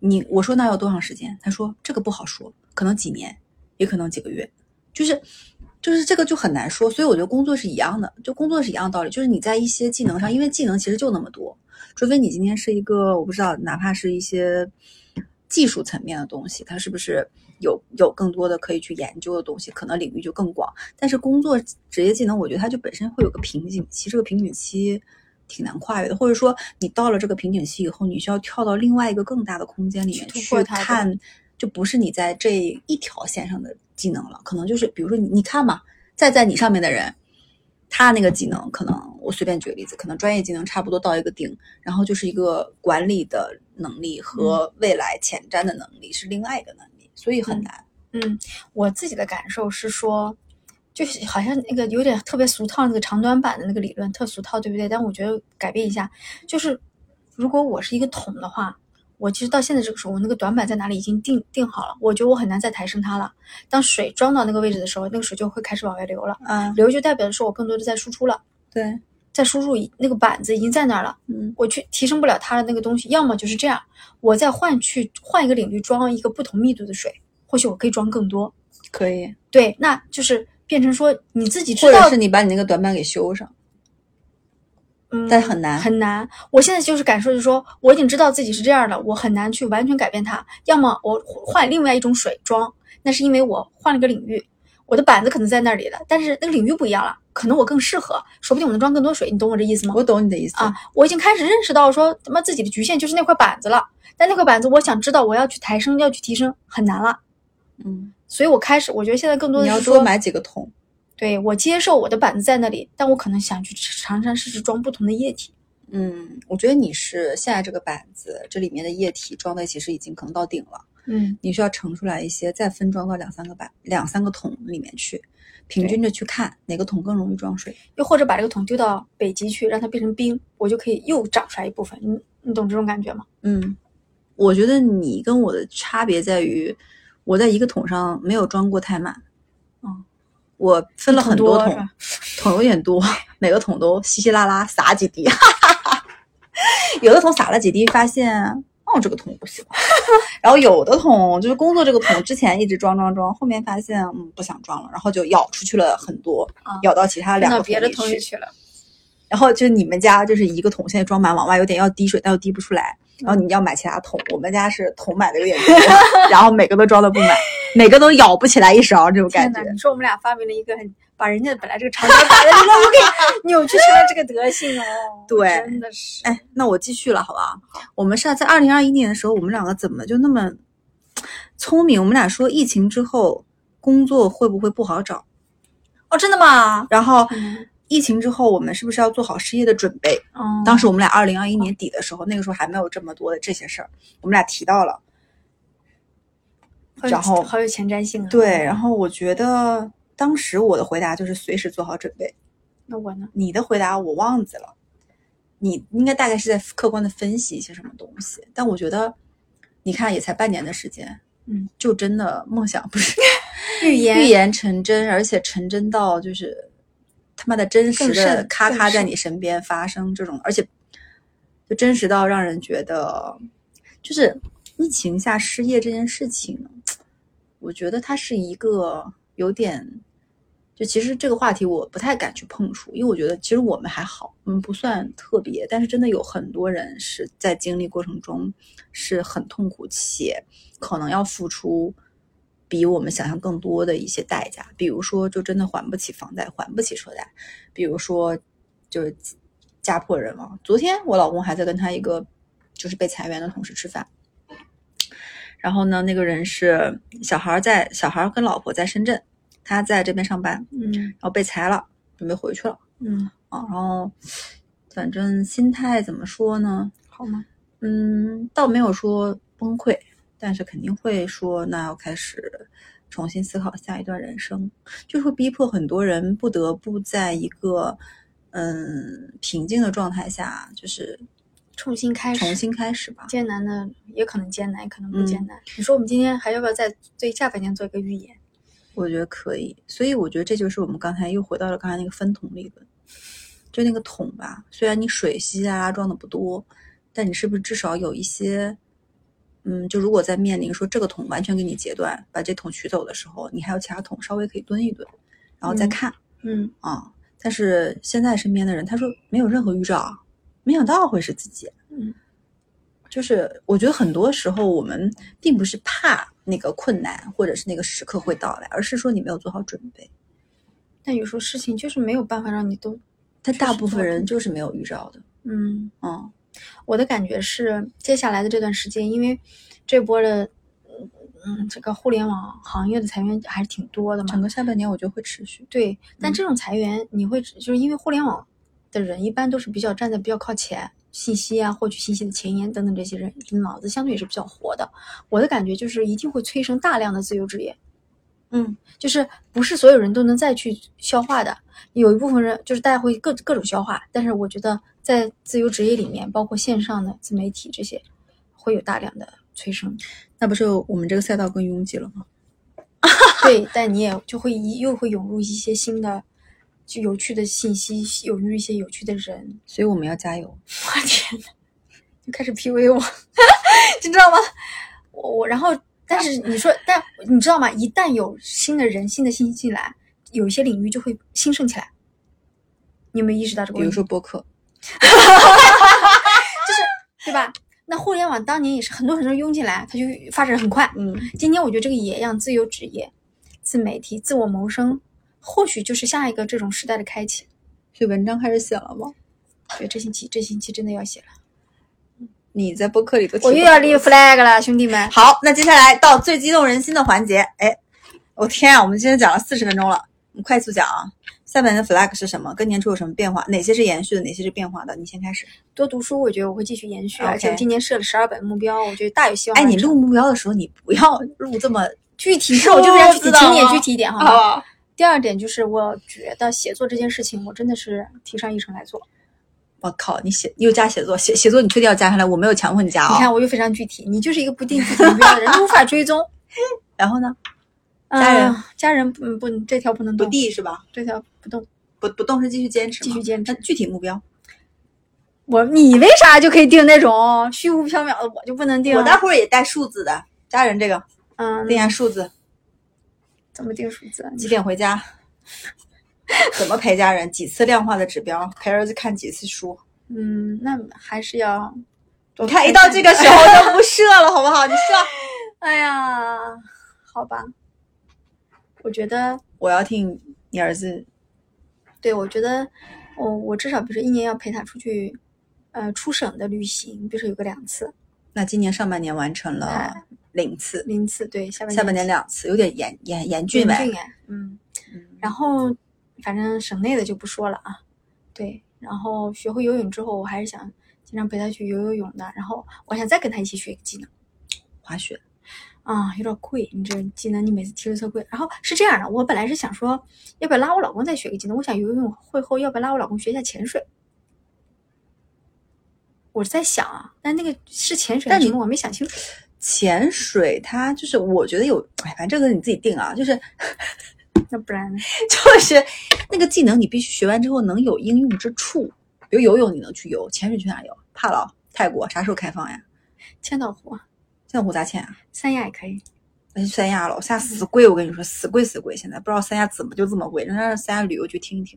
[SPEAKER 3] 你我说那要多长时间？他说这个不好说，可能几年，也可能几个月，就是就是这个就很难说，所以我觉得工作是一样的，就工作是一样的道理，就是你在一些技能上，因为技能其实就那么多，除非你今天是一个我不知道，哪怕是一些技术层面的东西，它是不是有有更多的可以去研究的东西，可能领域就更广。但是工作职业技能，我觉得它就本身会有个瓶颈期，这个瓶颈期挺难跨越的，或者说你到了这个瓶颈期以后，你需要跳到另外一个更大的空间里
[SPEAKER 2] 去
[SPEAKER 3] 面
[SPEAKER 2] 突
[SPEAKER 3] 去
[SPEAKER 2] 破它的
[SPEAKER 3] 看，就不是你在这一条线上的技能了，可能就是比如说你你看嘛，再在你上面的人。他那个技能可能，我随便举个例子，可能专业技能差不多到一个顶，然后就是一个管理的能力和未来前瞻的能力是另外一个能力，所以很难。
[SPEAKER 2] 嗯，我自己的感受是说，就是好像那个有点特别俗套那个长短板的那个理论，特俗套，对不对？但我觉得改变一下，就是如果我是一个桶的话，我其实到现在这个时候，我那个短板在哪里已经定定好了，我觉得我很难再抬升它了。当水装到那个位置的时候，那个水就会开始往外流了，
[SPEAKER 3] 啊，
[SPEAKER 2] 流就代表着说我更多的在输出了，
[SPEAKER 3] 对，
[SPEAKER 2] 在输入已那个板子已经在那儿了。
[SPEAKER 3] 嗯，
[SPEAKER 2] 我去提升不了它的那个东西，要么就是这样，我再换去换一个领域装一个不同密度的水，或许我可以装更多。
[SPEAKER 3] 可以，
[SPEAKER 2] 对，那就是变成说你自己
[SPEAKER 3] 或
[SPEAKER 2] 知
[SPEAKER 3] 者
[SPEAKER 2] 道
[SPEAKER 3] 是，你把你那个短板给修上，
[SPEAKER 2] 嗯，
[SPEAKER 3] 但是很难
[SPEAKER 2] 很难。我现在就是感受，就是说我已经知道自己是这样的，我很难去完全改变它。要么我换另外一种水装，那是因为我换了个领域，我的板子可能在那里了，但是那个领域不一样了，可能我更适合，说不定我能装更多水。你懂我这意思吗？
[SPEAKER 3] 我懂你的意思
[SPEAKER 2] 啊，，我已经开始认识到说，他妈自己的局限就是那块板子了。但那块板子，我想知道我要去抬升，要去提升，很难了。
[SPEAKER 3] 嗯，
[SPEAKER 2] 所以我开始，我觉得现在更多
[SPEAKER 3] 你
[SPEAKER 2] 的
[SPEAKER 3] 要
[SPEAKER 2] 是说，
[SPEAKER 3] 多买几个桶，
[SPEAKER 2] 对我接受我的板子在那里，但我可能想去尝尝试试装不同的液体。
[SPEAKER 3] 嗯，我觉得你是现在这个板子这里面的液体装的其实已经可能到顶了。
[SPEAKER 2] 嗯，
[SPEAKER 3] 你需要盛出来一些，再分装到两三个板、两三个桶里面去，平
[SPEAKER 2] 对
[SPEAKER 3] 均着去看哪个桶更容易装水。
[SPEAKER 2] 又或者把这个桶丢到北极去，让它变成冰，我就可以又长出来一部分。你你懂这种感觉吗？
[SPEAKER 3] 嗯，我觉得你跟我的差别在于，我在一个桶上没有装过太满，嗯，我分了
[SPEAKER 2] 桶
[SPEAKER 3] 很
[SPEAKER 2] 多
[SPEAKER 3] 桶，
[SPEAKER 2] 是吧
[SPEAKER 3] 桶有点多，每个桶都稀稀拉拉撒几滴， <laughs> 哈哈哈。有的桶撒了几滴，发现哦这个桶不行， <laughs> 然后有的桶就是工作这个桶之前一直装装装，后面发现嗯不想装了，然后就咬出去了很多，
[SPEAKER 2] 啊
[SPEAKER 3] 咬到其他
[SPEAKER 2] 扔
[SPEAKER 3] 两
[SPEAKER 2] 到
[SPEAKER 3] 个
[SPEAKER 2] 别的桶
[SPEAKER 3] 桶
[SPEAKER 2] 里
[SPEAKER 3] 里。
[SPEAKER 2] 去了。
[SPEAKER 3] 然后就你们家就是一个桶，现在装满，往外有点要滴水，但又滴不出来。
[SPEAKER 2] 嗯
[SPEAKER 3] 然后你要买其他桶，我们家是桶买的有点多， <laughs> 然后每个都装的不满，每个都舀不起来一勺这种感
[SPEAKER 2] 天
[SPEAKER 3] 觉
[SPEAKER 2] 哪，。你说我们俩发明了一个很把人家本来这个长 <laughs> 短板的理论，我给扭曲成了这个德
[SPEAKER 3] <laughs>
[SPEAKER 2] 性哦。
[SPEAKER 3] 对
[SPEAKER 2] 真的是。
[SPEAKER 3] 哎，那我继续了，好不好？我们是在二零二一年的时候，我们两个怎么就那么聪明？我们俩说疫情之后工作会不会不好找？
[SPEAKER 2] 哦，真的吗？
[SPEAKER 3] 然后
[SPEAKER 2] 嗯
[SPEAKER 3] 疫情之后，我们是不是要做好失业的准备？
[SPEAKER 2] 嗯，
[SPEAKER 3] 当时我们俩二零二一年底的时候，那个时候还没有这么多的这些事儿，我们俩提到了。
[SPEAKER 2] 好有
[SPEAKER 3] 然后
[SPEAKER 2] 好有前瞻性啊。
[SPEAKER 3] 对，然后我觉得当时我的回答就是随时做好准备。
[SPEAKER 2] 那我呢？
[SPEAKER 3] 你的回答我忘记了，你应该大概是在客观的分析一些什么东西，但我觉得，你看也才半年的时间，
[SPEAKER 2] 嗯，
[SPEAKER 3] 就真的梦想不是 <laughs>
[SPEAKER 2] 预言
[SPEAKER 3] 预言成真，而且成真到就是他妈的真实
[SPEAKER 2] 更
[SPEAKER 3] 的
[SPEAKER 2] 甚
[SPEAKER 3] 咔
[SPEAKER 2] 更
[SPEAKER 3] 咔在
[SPEAKER 2] 甚
[SPEAKER 3] 你身边发生这种，而且就真实到让人觉得，就是疫情下失业这件事情，我觉得它是一个有点，就其实这个话题我不太敢去碰触，因为我觉得其实我们还好，我们不算特别，但是真的有很多人是在经历过程中是很痛苦，且可能要付出比我们想象更多的一些代价，比如说就真的还不起房贷，还不起车贷，比如说就是家破人亡。昨天我老公还在跟他一个就是被裁员的同事吃饭。然后呢，那个人是小孩儿在小孩儿跟老婆在深圳，他在这边上班，然
[SPEAKER 2] 嗯
[SPEAKER 3] 后被裁了，准备回去了
[SPEAKER 2] 嗯，
[SPEAKER 3] 啊。然后反正心态怎么说呢？
[SPEAKER 2] 好吗？
[SPEAKER 3] 嗯，倒没有说崩溃，但是肯定会说，那要开始重新思考下一段人生，就会逼迫很多人不得不在一个嗯平静的状态下，就是
[SPEAKER 2] 重新开始，
[SPEAKER 3] 重新开始吧。
[SPEAKER 2] 艰难的也可能艰难，也可能不
[SPEAKER 3] 嗯
[SPEAKER 2] 艰难。你说我们今天还要不要再对下半年做一个预言？
[SPEAKER 3] 我觉得可以，所以我觉得这就是我们刚才又回到了刚才那个分桶理论，就那个桶吧，虽然你水稀稀拉拉装的不多，但你是不是至少有一些，嗯，就如果在面临说这个桶完全给你截断，把这桶取走的时候，你还有其他桶稍微可以蹲一蹲，然后再看
[SPEAKER 2] 嗯，
[SPEAKER 3] 啊、但是现在身边的人，他说没有任何预兆，啊没想到会是自己。
[SPEAKER 2] 嗯，
[SPEAKER 3] 就是我觉得很多时候我们并不是怕那个困难或者是那个时刻会到来，而是说你没有做好准备。
[SPEAKER 2] 但有时候事情就是没有办法让你都，
[SPEAKER 3] 但大
[SPEAKER 2] 确实
[SPEAKER 3] 部
[SPEAKER 2] 做
[SPEAKER 3] 分
[SPEAKER 2] 得
[SPEAKER 3] 人
[SPEAKER 2] 很
[SPEAKER 3] 就是没有预兆的。
[SPEAKER 2] 嗯，
[SPEAKER 3] 嗯
[SPEAKER 2] 我的感觉是接下来的这段时间，因为这波的，嗯嗯，这个互联网行业的裁员还是挺多的嘛，
[SPEAKER 3] 整个下半年我觉得会持续。
[SPEAKER 2] 对，但
[SPEAKER 3] 嗯
[SPEAKER 2] 这种裁员，你会就是因为互联网的人一般都是比较站在比较靠前，信息啊、获取信息的前沿等等这些人，脑子相对也是比较活的。我的感觉就是一定会催生大量的自由职业，
[SPEAKER 3] 嗯，
[SPEAKER 2] 就是不是所有人都能再去消化的，有一部分人就是大家会各各种消化，但是我觉得在自由职业里面，包括线上的自媒体这些，会有大量的催生。
[SPEAKER 3] 那不是我们这个赛道更拥挤了吗？
[SPEAKER 2] <laughs> 对，但你也就会一又会涌入一些新的。就有趣的信息，涌入一些有趣的人，
[SPEAKER 3] 所以我们要加油。
[SPEAKER 2] 我天呐， <laughs> 就开始 PUA 我， <laughs> 你知道吗？我我然后，但是你说，但你知道吗？一旦有新的人、新的信息进来，有一些领域就会兴盛起来。你有没有意识到这个
[SPEAKER 3] 比
[SPEAKER 2] 问
[SPEAKER 3] 如
[SPEAKER 2] 题？
[SPEAKER 3] 说播客，
[SPEAKER 2] 对吧？那互联网当年也是很多很多人涌进来，它就发展很快。
[SPEAKER 3] 嗯，
[SPEAKER 2] 今天我觉得这个也一样，自由职业、自媒体、自我谋生，或许就是下一个这种时代的开启。
[SPEAKER 3] 所以文章开始写了吗？
[SPEAKER 2] 对，这星期这星期真的要写了，
[SPEAKER 3] 你在播客里都提
[SPEAKER 2] 我又
[SPEAKER 3] 过
[SPEAKER 2] 要
[SPEAKER 3] 这
[SPEAKER 2] 立
[SPEAKER 3] 个
[SPEAKER 2] flag 了，兄弟们。
[SPEAKER 3] 好，那接下来到最激动人心的环节，哎，我天啊，我们今天讲了四十分钟了，我们快速讲啊。下半年的 flag 是什么？跟年初有什么变化？哪些是延续的？哪些是变化的？你先开始。
[SPEAKER 2] 多读书，我觉得我会继续延续
[SPEAKER 3] OK
[SPEAKER 2] 而且我今年设了十二本目标，我觉得大有希望
[SPEAKER 3] 哎，
[SPEAKER 2] 完成。
[SPEAKER 3] 你录目标的时候，你不要录这么
[SPEAKER 2] 具体一点，我就是要具体，
[SPEAKER 3] 知道
[SPEAKER 2] 请你也
[SPEAKER 3] 吗
[SPEAKER 2] 具体一点好吗？
[SPEAKER 3] 啊。
[SPEAKER 2] 第二点就是，我觉得写作这件事情，我真的是提上议程来做。
[SPEAKER 3] 我靠，你写又加写作，写写作你确定要加上来？我没有强迫你加
[SPEAKER 2] 你
[SPEAKER 3] 啊、
[SPEAKER 2] 看，我又非常具体，你就是一个不定自己目标的人，你 <laughs> 无法追踪。
[SPEAKER 3] 然后呢？
[SPEAKER 2] 家
[SPEAKER 3] 人
[SPEAKER 2] 家人不不，这条不能
[SPEAKER 3] 不
[SPEAKER 2] 动，
[SPEAKER 3] 递是吧？
[SPEAKER 2] 这条不动。
[SPEAKER 3] 不不动是继续坚持吗，
[SPEAKER 2] 继续坚持
[SPEAKER 3] 那具体目标，
[SPEAKER 2] 我你为啥就可以定那种虚无缥缈的，我就不能定啊？
[SPEAKER 3] 我待会儿也带数字的。家人这个
[SPEAKER 2] 嗯，
[SPEAKER 3] 定下数字，
[SPEAKER 2] 怎么定数字啊？
[SPEAKER 3] 几点回家？怎么陪家人？几次量化的指标？陪儿子看几次书？
[SPEAKER 2] 嗯，那还是要多
[SPEAKER 3] 你看，
[SPEAKER 2] 看
[SPEAKER 3] 一到这个时候就不设了，好不好？你设。
[SPEAKER 2] 哎呀，好吧，我觉得，
[SPEAKER 3] 我要听你儿子，
[SPEAKER 2] 对我觉得，我我至少比如说一年要陪他出去，呃，出省的旅行，比如说有个两次、
[SPEAKER 3] 那今年上半年完成了
[SPEAKER 2] 哎
[SPEAKER 3] 零次，
[SPEAKER 2] 零次，对，下半
[SPEAKER 3] 下半年
[SPEAKER 2] 年
[SPEAKER 3] 两次，有点严严严
[SPEAKER 2] 峻
[SPEAKER 3] 峻呗。
[SPEAKER 2] 哎，嗯，
[SPEAKER 3] 嗯
[SPEAKER 2] 然后反正省内的就不说了啊，对，然后学会游泳之后，我还是想经常陪他去游游泳的，然后我想再跟他一起学一个技能。
[SPEAKER 3] 滑雪，
[SPEAKER 2] 啊、有点贵，你这技能你每次提的特贵。然后是这样的，我本来是想说，要不要拉我老公再学个技能？我想游泳会后，要不要拉我老公学一下潜水？我在想啊，但那个是潜水还
[SPEAKER 3] 但
[SPEAKER 2] 是
[SPEAKER 3] 你
[SPEAKER 2] 什么，我没想清楚。
[SPEAKER 3] 潜水，它就是我觉得有，哎，反正这个你自己定啊，就是 <laughs>
[SPEAKER 2] 那不然呢， <laughs>
[SPEAKER 3] 就是那个技能，你必须学完之后能有应用之处。比如游泳你能去游，潜水去哪游？帕劳、泰国啥时候开放呀？
[SPEAKER 2] 千岛湖、
[SPEAKER 3] 现在湖咋潜啊？
[SPEAKER 2] 三亚也可以。
[SPEAKER 3] 那去三亚了，三亚死贵，我跟你说，死贵死贵。现在不知道三亚怎么就这么贵，让让三亚旅游局听一听，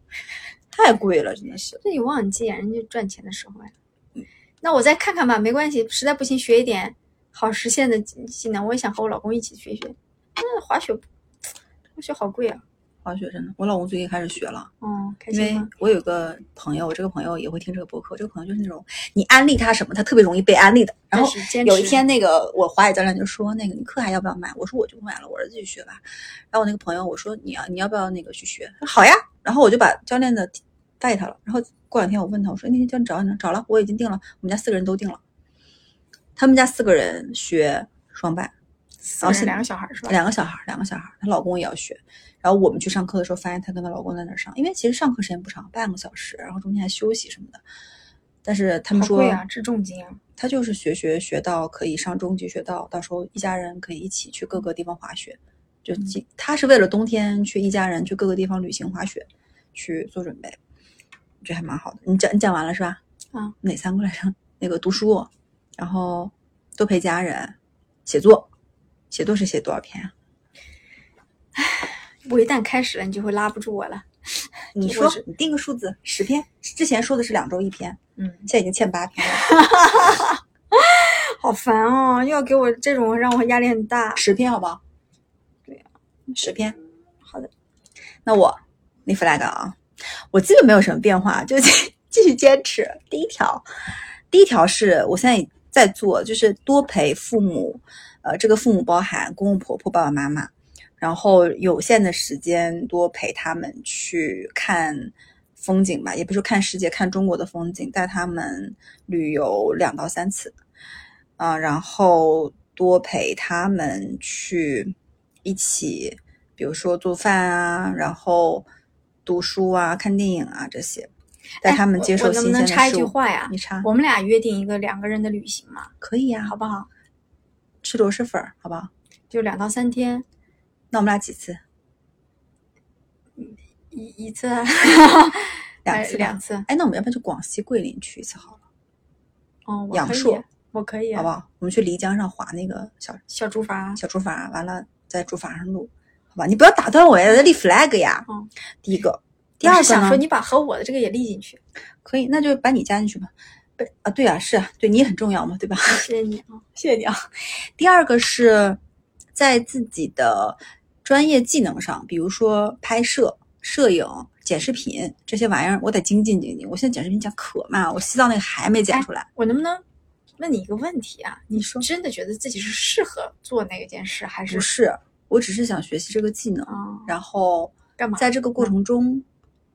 [SPEAKER 3] 太贵了，真的是。
[SPEAKER 2] 这你忘记啊，人家赚钱的时候呀、啊那我再看看吧，没关系，实在不行学一点好实现的技技能。我也想和我老公一起学一学。那滑雪，滑雪好贵啊。
[SPEAKER 3] 滑雪真的，我老公最近开始学了，
[SPEAKER 2] 哦，开
[SPEAKER 3] 因
[SPEAKER 2] 心
[SPEAKER 3] 为
[SPEAKER 2] 吗？
[SPEAKER 3] 我有个朋友，我这个朋友也会听这个播客，这个朋友就是那种你安利他什么，他特别容易被安利的。然
[SPEAKER 2] 但
[SPEAKER 3] 后
[SPEAKER 2] 是坚
[SPEAKER 3] 有一
[SPEAKER 2] 持
[SPEAKER 3] 天，那个我滑雪教练就说，那个你课还要不要买？我说我就不买了，我儿子去学吧。然后我那个朋友我说你要你要不要那个去学？他说好呀。然后我就把教练的带他了。然后过两天我问他，我说哎那天教练找你呢找了，我已经定了，我们家四个人都定了。他们家四个人学双板，
[SPEAKER 2] 四个
[SPEAKER 3] 然后现
[SPEAKER 2] 人两个小孩儿是吧？
[SPEAKER 3] 两个小孩儿，两个小孩儿，她老公也要学。然后我们去上课的时候，发现她跟她老公在那儿上，因为其实上课时间不长，半个小时，然后中间还休息什么的。但是他们
[SPEAKER 2] 好
[SPEAKER 3] 说，
[SPEAKER 2] 贵啊，这重金啊！
[SPEAKER 3] 他就是学学学到可以上中级学到，到时候一家人可以一起去各个地方滑雪。就
[SPEAKER 2] 嗯
[SPEAKER 3] 既他是为了冬天去一家人去各个地方旅行滑雪去做准备，我觉得还蛮好的。你讲你讲完了是吧？
[SPEAKER 2] 啊，
[SPEAKER 3] 哪三个来着？那个读书，然后多陪家人，写作，写作是写多少篇啊？
[SPEAKER 2] 我一旦开始了，你就会拉不住我了。
[SPEAKER 3] 你
[SPEAKER 2] 这
[SPEAKER 3] 说
[SPEAKER 2] 个是
[SPEAKER 3] 你定个数字，十篇，之前说的是两周一篇，
[SPEAKER 2] 嗯，
[SPEAKER 3] 现在已经欠八篇了，
[SPEAKER 2] 好烦哦，又要给我这种让我压力很大。
[SPEAKER 3] 十篇好不好？对呀，十篇。
[SPEAKER 2] 好的，
[SPEAKER 3] 那我立 flag 啊，我基本没有什么变化，就继继续坚持。第一条，第一条是我现在在做，就是多陪父母，呃，这个父母包含公公婆婆、爸爸妈妈，然后有限的时间多陪他们去看。风景吧，也不是看世界，看中国的风景，带他们旅游两到三次，啊、然后多陪他们去一起比如说做饭啊，然后读书啊、看电影啊这些，带
[SPEAKER 2] 哎
[SPEAKER 3] 他们
[SPEAKER 2] 我
[SPEAKER 3] 接
[SPEAKER 2] 我
[SPEAKER 3] 受
[SPEAKER 2] 能
[SPEAKER 3] 新
[SPEAKER 2] 不
[SPEAKER 3] 鲜
[SPEAKER 2] 能
[SPEAKER 3] 的
[SPEAKER 2] 插一
[SPEAKER 3] 事
[SPEAKER 2] 句
[SPEAKER 3] 物。
[SPEAKER 2] 话呀？
[SPEAKER 3] 你插
[SPEAKER 2] 我们俩约定一个两个人的旅行嘛，
[SPEAKER 3] 可以啊呀、
[SPEAKER 2] 好不好？
[SPEAKER 3] 吃螺蛳粉儿，好不好？
[SPEAKER 2] 就两到三天，
[SPEAKER 3] 那我们俩几次？
[SPEAKER 2] 一一次啊，
[SPEAKER 3] <laughs> 两
[SPEAKER 2] 哎
[SPEAKER 3] 次吧
[SPEAKER 2] 两次。
[SPEAKER 3] 哎，那我们要不然就广西桂林去一次好了，
[SPEAKER 2] 哦，我
[SPEAKER 3] 养
[SPEAKER 2] 可以
[SPEAKER 3] 硕，
[SPEAKER 2] 我可以，
[SPEAKER 3] 好不？好？我们去漓江上划那个小
[SPEAKER 2] 小竹筏，
[SPEAKER 3] 小竹筏，完了在竹筏上录，好吧？你不要打断我呀，在立 flag 呀。
[SPEAKER 2] 嗯
[SPEAKER 3] 第一个，第
[SPEAKER 2] 我
[SPEAKER 3] 二
[SPEAKER 2] 是
[SPEAKER 3] 个
[SPEAKER 2] 想
[SPEAKER 3] 呢
[SPEAKER 2] 说？你把和我的这个也立进去，
[SPEAKER 3] 可以，那就把你加进去吧。不啊，对啊，是啊，对你也很重要嘛，对吧？ <laughs>
[SPEAKER 2] 谢谢你啊。
[SPEAKER 3] 谢谢你啊。第二个是在自己的专业技能上，比如说拍摄、摄影、剪视频这些玩意儿，我得精进精进。我现在剪视频剪可慢，我西藏那个还没
[SPEAKER 2] 哎
[SPEAKER 3] 剪出来。
[SPEAKER 2] 我能不能问你一个问题啊？你
[SPEAKER 3] 说
[SPEAKER 2] 真的觉得自己是适合做那件事，还是
[SPEAKER 3] 不是，我只是想学习这个技能，
[SPEAKER 2] 啊？
[SPEAKER 3] 然后
[SPEAKER 2] 干嘛？
[SPEAKER 3] 在这个过程中，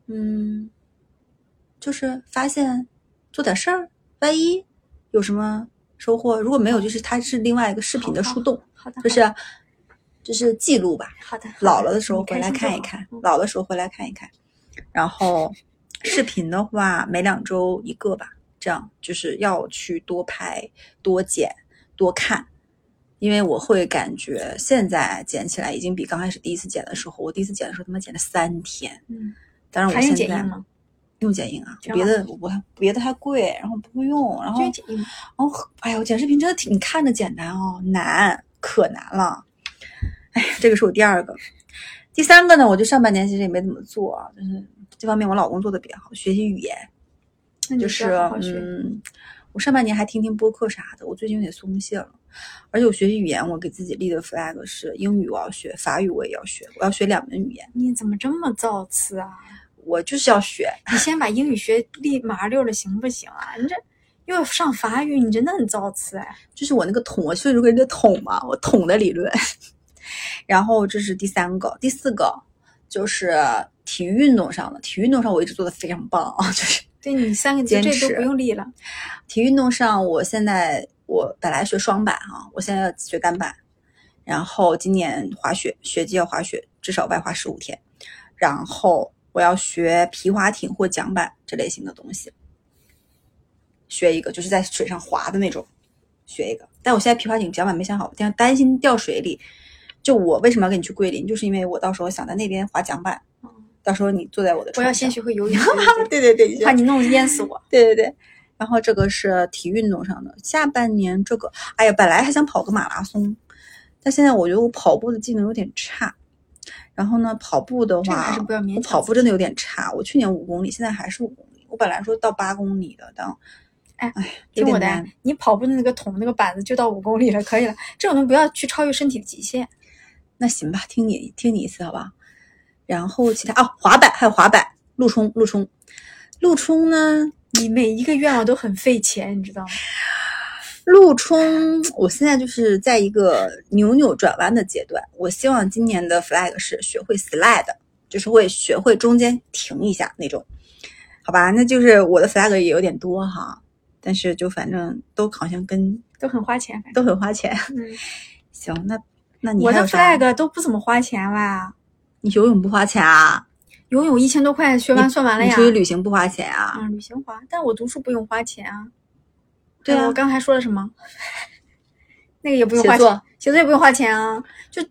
[SPEAKER 3] 嗯，就是发现做点事儿，万一有什么收获，如果没有，就是它是另外一个视频的
[SPEAKER 2] 好
[SPEAKER 3] 树洞，
[SPEAKER 2] 好的，
[SPEAKER 3] 就是就是记录吧。
[SPEAKER 2] 好的，好的
[SPEAKER 3] 老了的时候
[SPEAKER 2] 你
[SPEAKER 3] 回
[SPEAKER 2] 开
[SPEAKER 3] 来
[SPEAKER 2] 心就
[SPEAKER 3] 看一
[SPEAKER 2] 好
[SPEAKER 3] 看
[SPEAKER 2] 嗯，
[SPEAKER 3] 老的时候回来看一看。然后视频的话，每两周一个吧，这样就是要去多拍、多剪、多看，因为我会感觉现在剪起来已经比刚开始第一次剪的时候，我第一次剪的时候他妈剪了三天，
[SPEAKER 2] 嗯，
[SPEAKER 3] 当然我
[SPEAKER 2] 还用
[SPEAKER 3] 现
[SPEAKER 2] 剪
[SPEAKER 3] 在
[SPEAKER 2] 映吗？
[SPEAKER 3] 用剪映啊，
[SPEAKER 2] 挺
[SPEAKER 3] 别
[SPEAKER 2] 好
[SPEAKER 3] 的我别的还贵，然后不会用，然后
[SPEAKER 2] 就用剪映吗。
[SPEAKER 3] 哦，哎呦，剪视频真的挺，你看着简单哦，难可难了。哎呀，这个是我第二个，第三个呢，我就上半年其实也没怎么做啊，就是这方面我老公做的比较好，学习语言
[SPEAKER 2] 那你
[SPEAKER 3] 就
[SPEAKER 2] 需
[SPEAKER 3] 是
[SPEAKER 2] 要好好学
[SPEAKER 3] 嗯，我上半年还听听播客啥的，我最近有点松懈了。而且我学习语言，我给自己立的 flag 是英语我要学，法语我也要学，我要学两门语言，
[SPEAKER 2] 你怎么这么造次啊？
[SPEAKER 3] 我就是要学。
[SPEAKER 2] 你先把英语学立马溜了行不行啊？你这又要上法语，你真的很造次哎。
[SPEAKER 3] 就是我那个桶，我就是跟着桶嘛，我桶的理论。然后这是第三个，第四个就是体育运动上的，体育运动上我一直做的非常棒啊，就是
[SPEAKER 2] 对你三个字
[SPEAKER 3] 坚
[SPEAKER 2] 这都
[SPEAKER 3] 持
[SPEAKER 2] 不用立了，
[SPEAKER 3] 体育运动上，我现在我本来学双板啊，我现在要学单板，然后今年滑雪，雪季要滑雪，至少外滑十五天，然后我要学皮划艇或桨板这类型的东西，学一个就是在水上滑的那种，学一个。但我现在皮划艇、桨板没想好，我担担心掉水里。就我为什么要跟你去桂林，就是因为我到时候想在那边划桨板，到时候你坐哦在我的
[SPEAKER 2] 我
[SPEAKER 3] 船
[SPEAKER 2] 要
[SPEAKER 3] 上
[SPEAKER 2] 先学
[SPEAKER 3] <laughs>
[SPEAKER 2] 会游泳， <laughs>
[SPEAKER 3] 对对对，你先
[SPEAKER 2] 怕你弄淹死我。
[SPEAKER 3] 对对对，然后这个是体育运动上的。下半年这个，哎呀，本来还想跑个马拉松，但现在我觉得我跑步的技能有点差。然后呢，跑步的
[SPEAKER 2] 这个
[SPEAKER 3] 话，
[SPEAKER 2] 还是不要勉
[SPEAKER 3] 我
[SPEAKER 2] 强
[SPEAKER 3] 跑
[SPEAKER 2] 自
[SPEAKER 3] 步真的有点差。我去年五公里，现在还是五公里。我本来说到八公里的，但
[SPEAKER 2] 哎
[SPEAKER 3] 哎，有
[SPEAKER 2] 听我
[SPEAKER 3] 点
[SPEAKER 2] 的啊
[SPEAKER 3] 难。，
[SPEAKER 2] 你跑步的那个桶那个板子就到五公里了，可以了。这种东西不要去超越身体的极限。
[SPEAKER 3] 那行吧，听你听你一次好不好？然后其他哦，滑板还有滑板、陆冲、陆冲、陆冲呢？
[SPEAKER 2] 你每一个愿望都很费钱，你知道吗？
[SPEAKER 3] 陆冲，我现在就是在一个扭扭转弯的阶段。我希望今年的 flag 是学会 slide，就是会学会中间停一下那种，好吧？那就是我的 flag 也有点多哈，但是就反正都好像跟
[SPEAKER 2] 都很花钱，反正。
[SPEAKER 3] 都很花钱。 <laughs>
[SPEAKER 2] 嗯，
[SPEAKER 3] 行，那那你
[SPEAKER 2] 我
[SPEAKER 3] 还
[SPEAKER 2] 的
[SPEAKER 3] 有啥？
[SPEAKER 2] flag 都不怎么花钱吧，
[SPEAKER 3] 你游泳不花钱啊？
[SPEAKER 2] 游泳一千多块学完算完了
[SPEAKER 3] 你
[SPEAKER 2] 呀。
[SPEAKER 3] 出去旅行不花钱啊？
[SPEAKER 2] 啊，旅行花，但我读书不用花钱啊。
[SPEAKER 3] 对
[SPEAKER 2] 还有
[SPEAKER 3] 啊
[SPEAKER 2] 我刚才说了什么？ <laughs> 那个也不用
[SPEAKER 3] 写
[SPEAKER 2] 花钱
[SPEAKER 3] 作，
[SPEAKER 2] 写作也不用花钱啊，就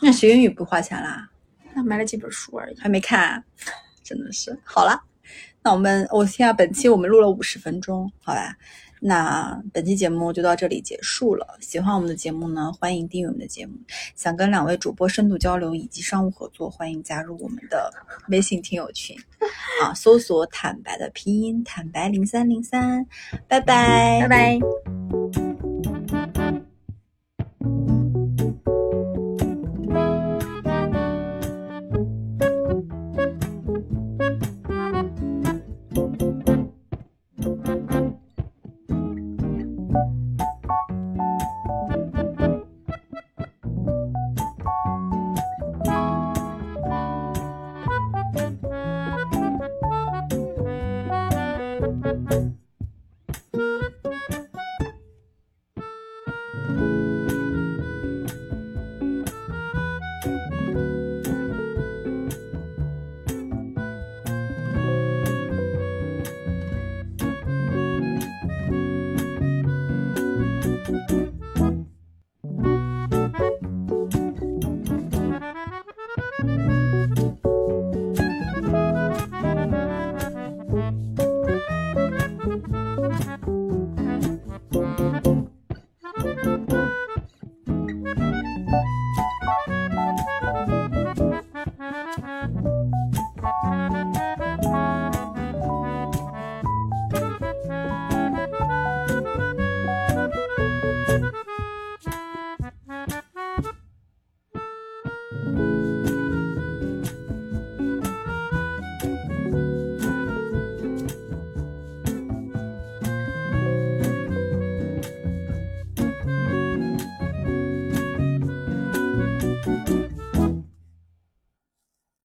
[SPEAKER 3] 那学英语不花钱啦？
[SPEAKER 2] 那买了几本书而已。
[SPEAKER 3] 还没看啊、真的是。好了，那我们我天啊，本期我们录了五十分钟，好吧？那本期节目就到这里结束了。喜欢我们的节目呢，欢迎订阅我们的节目。想跟两位主播深度交流以及商务合作，欢迎加入我们的微信听友群啊，搜索“坦白”的拼音“坦白零三零三”。拜拜，
[SPEAKER 2] 拜拜。
[SPEAKER 1] Thank you.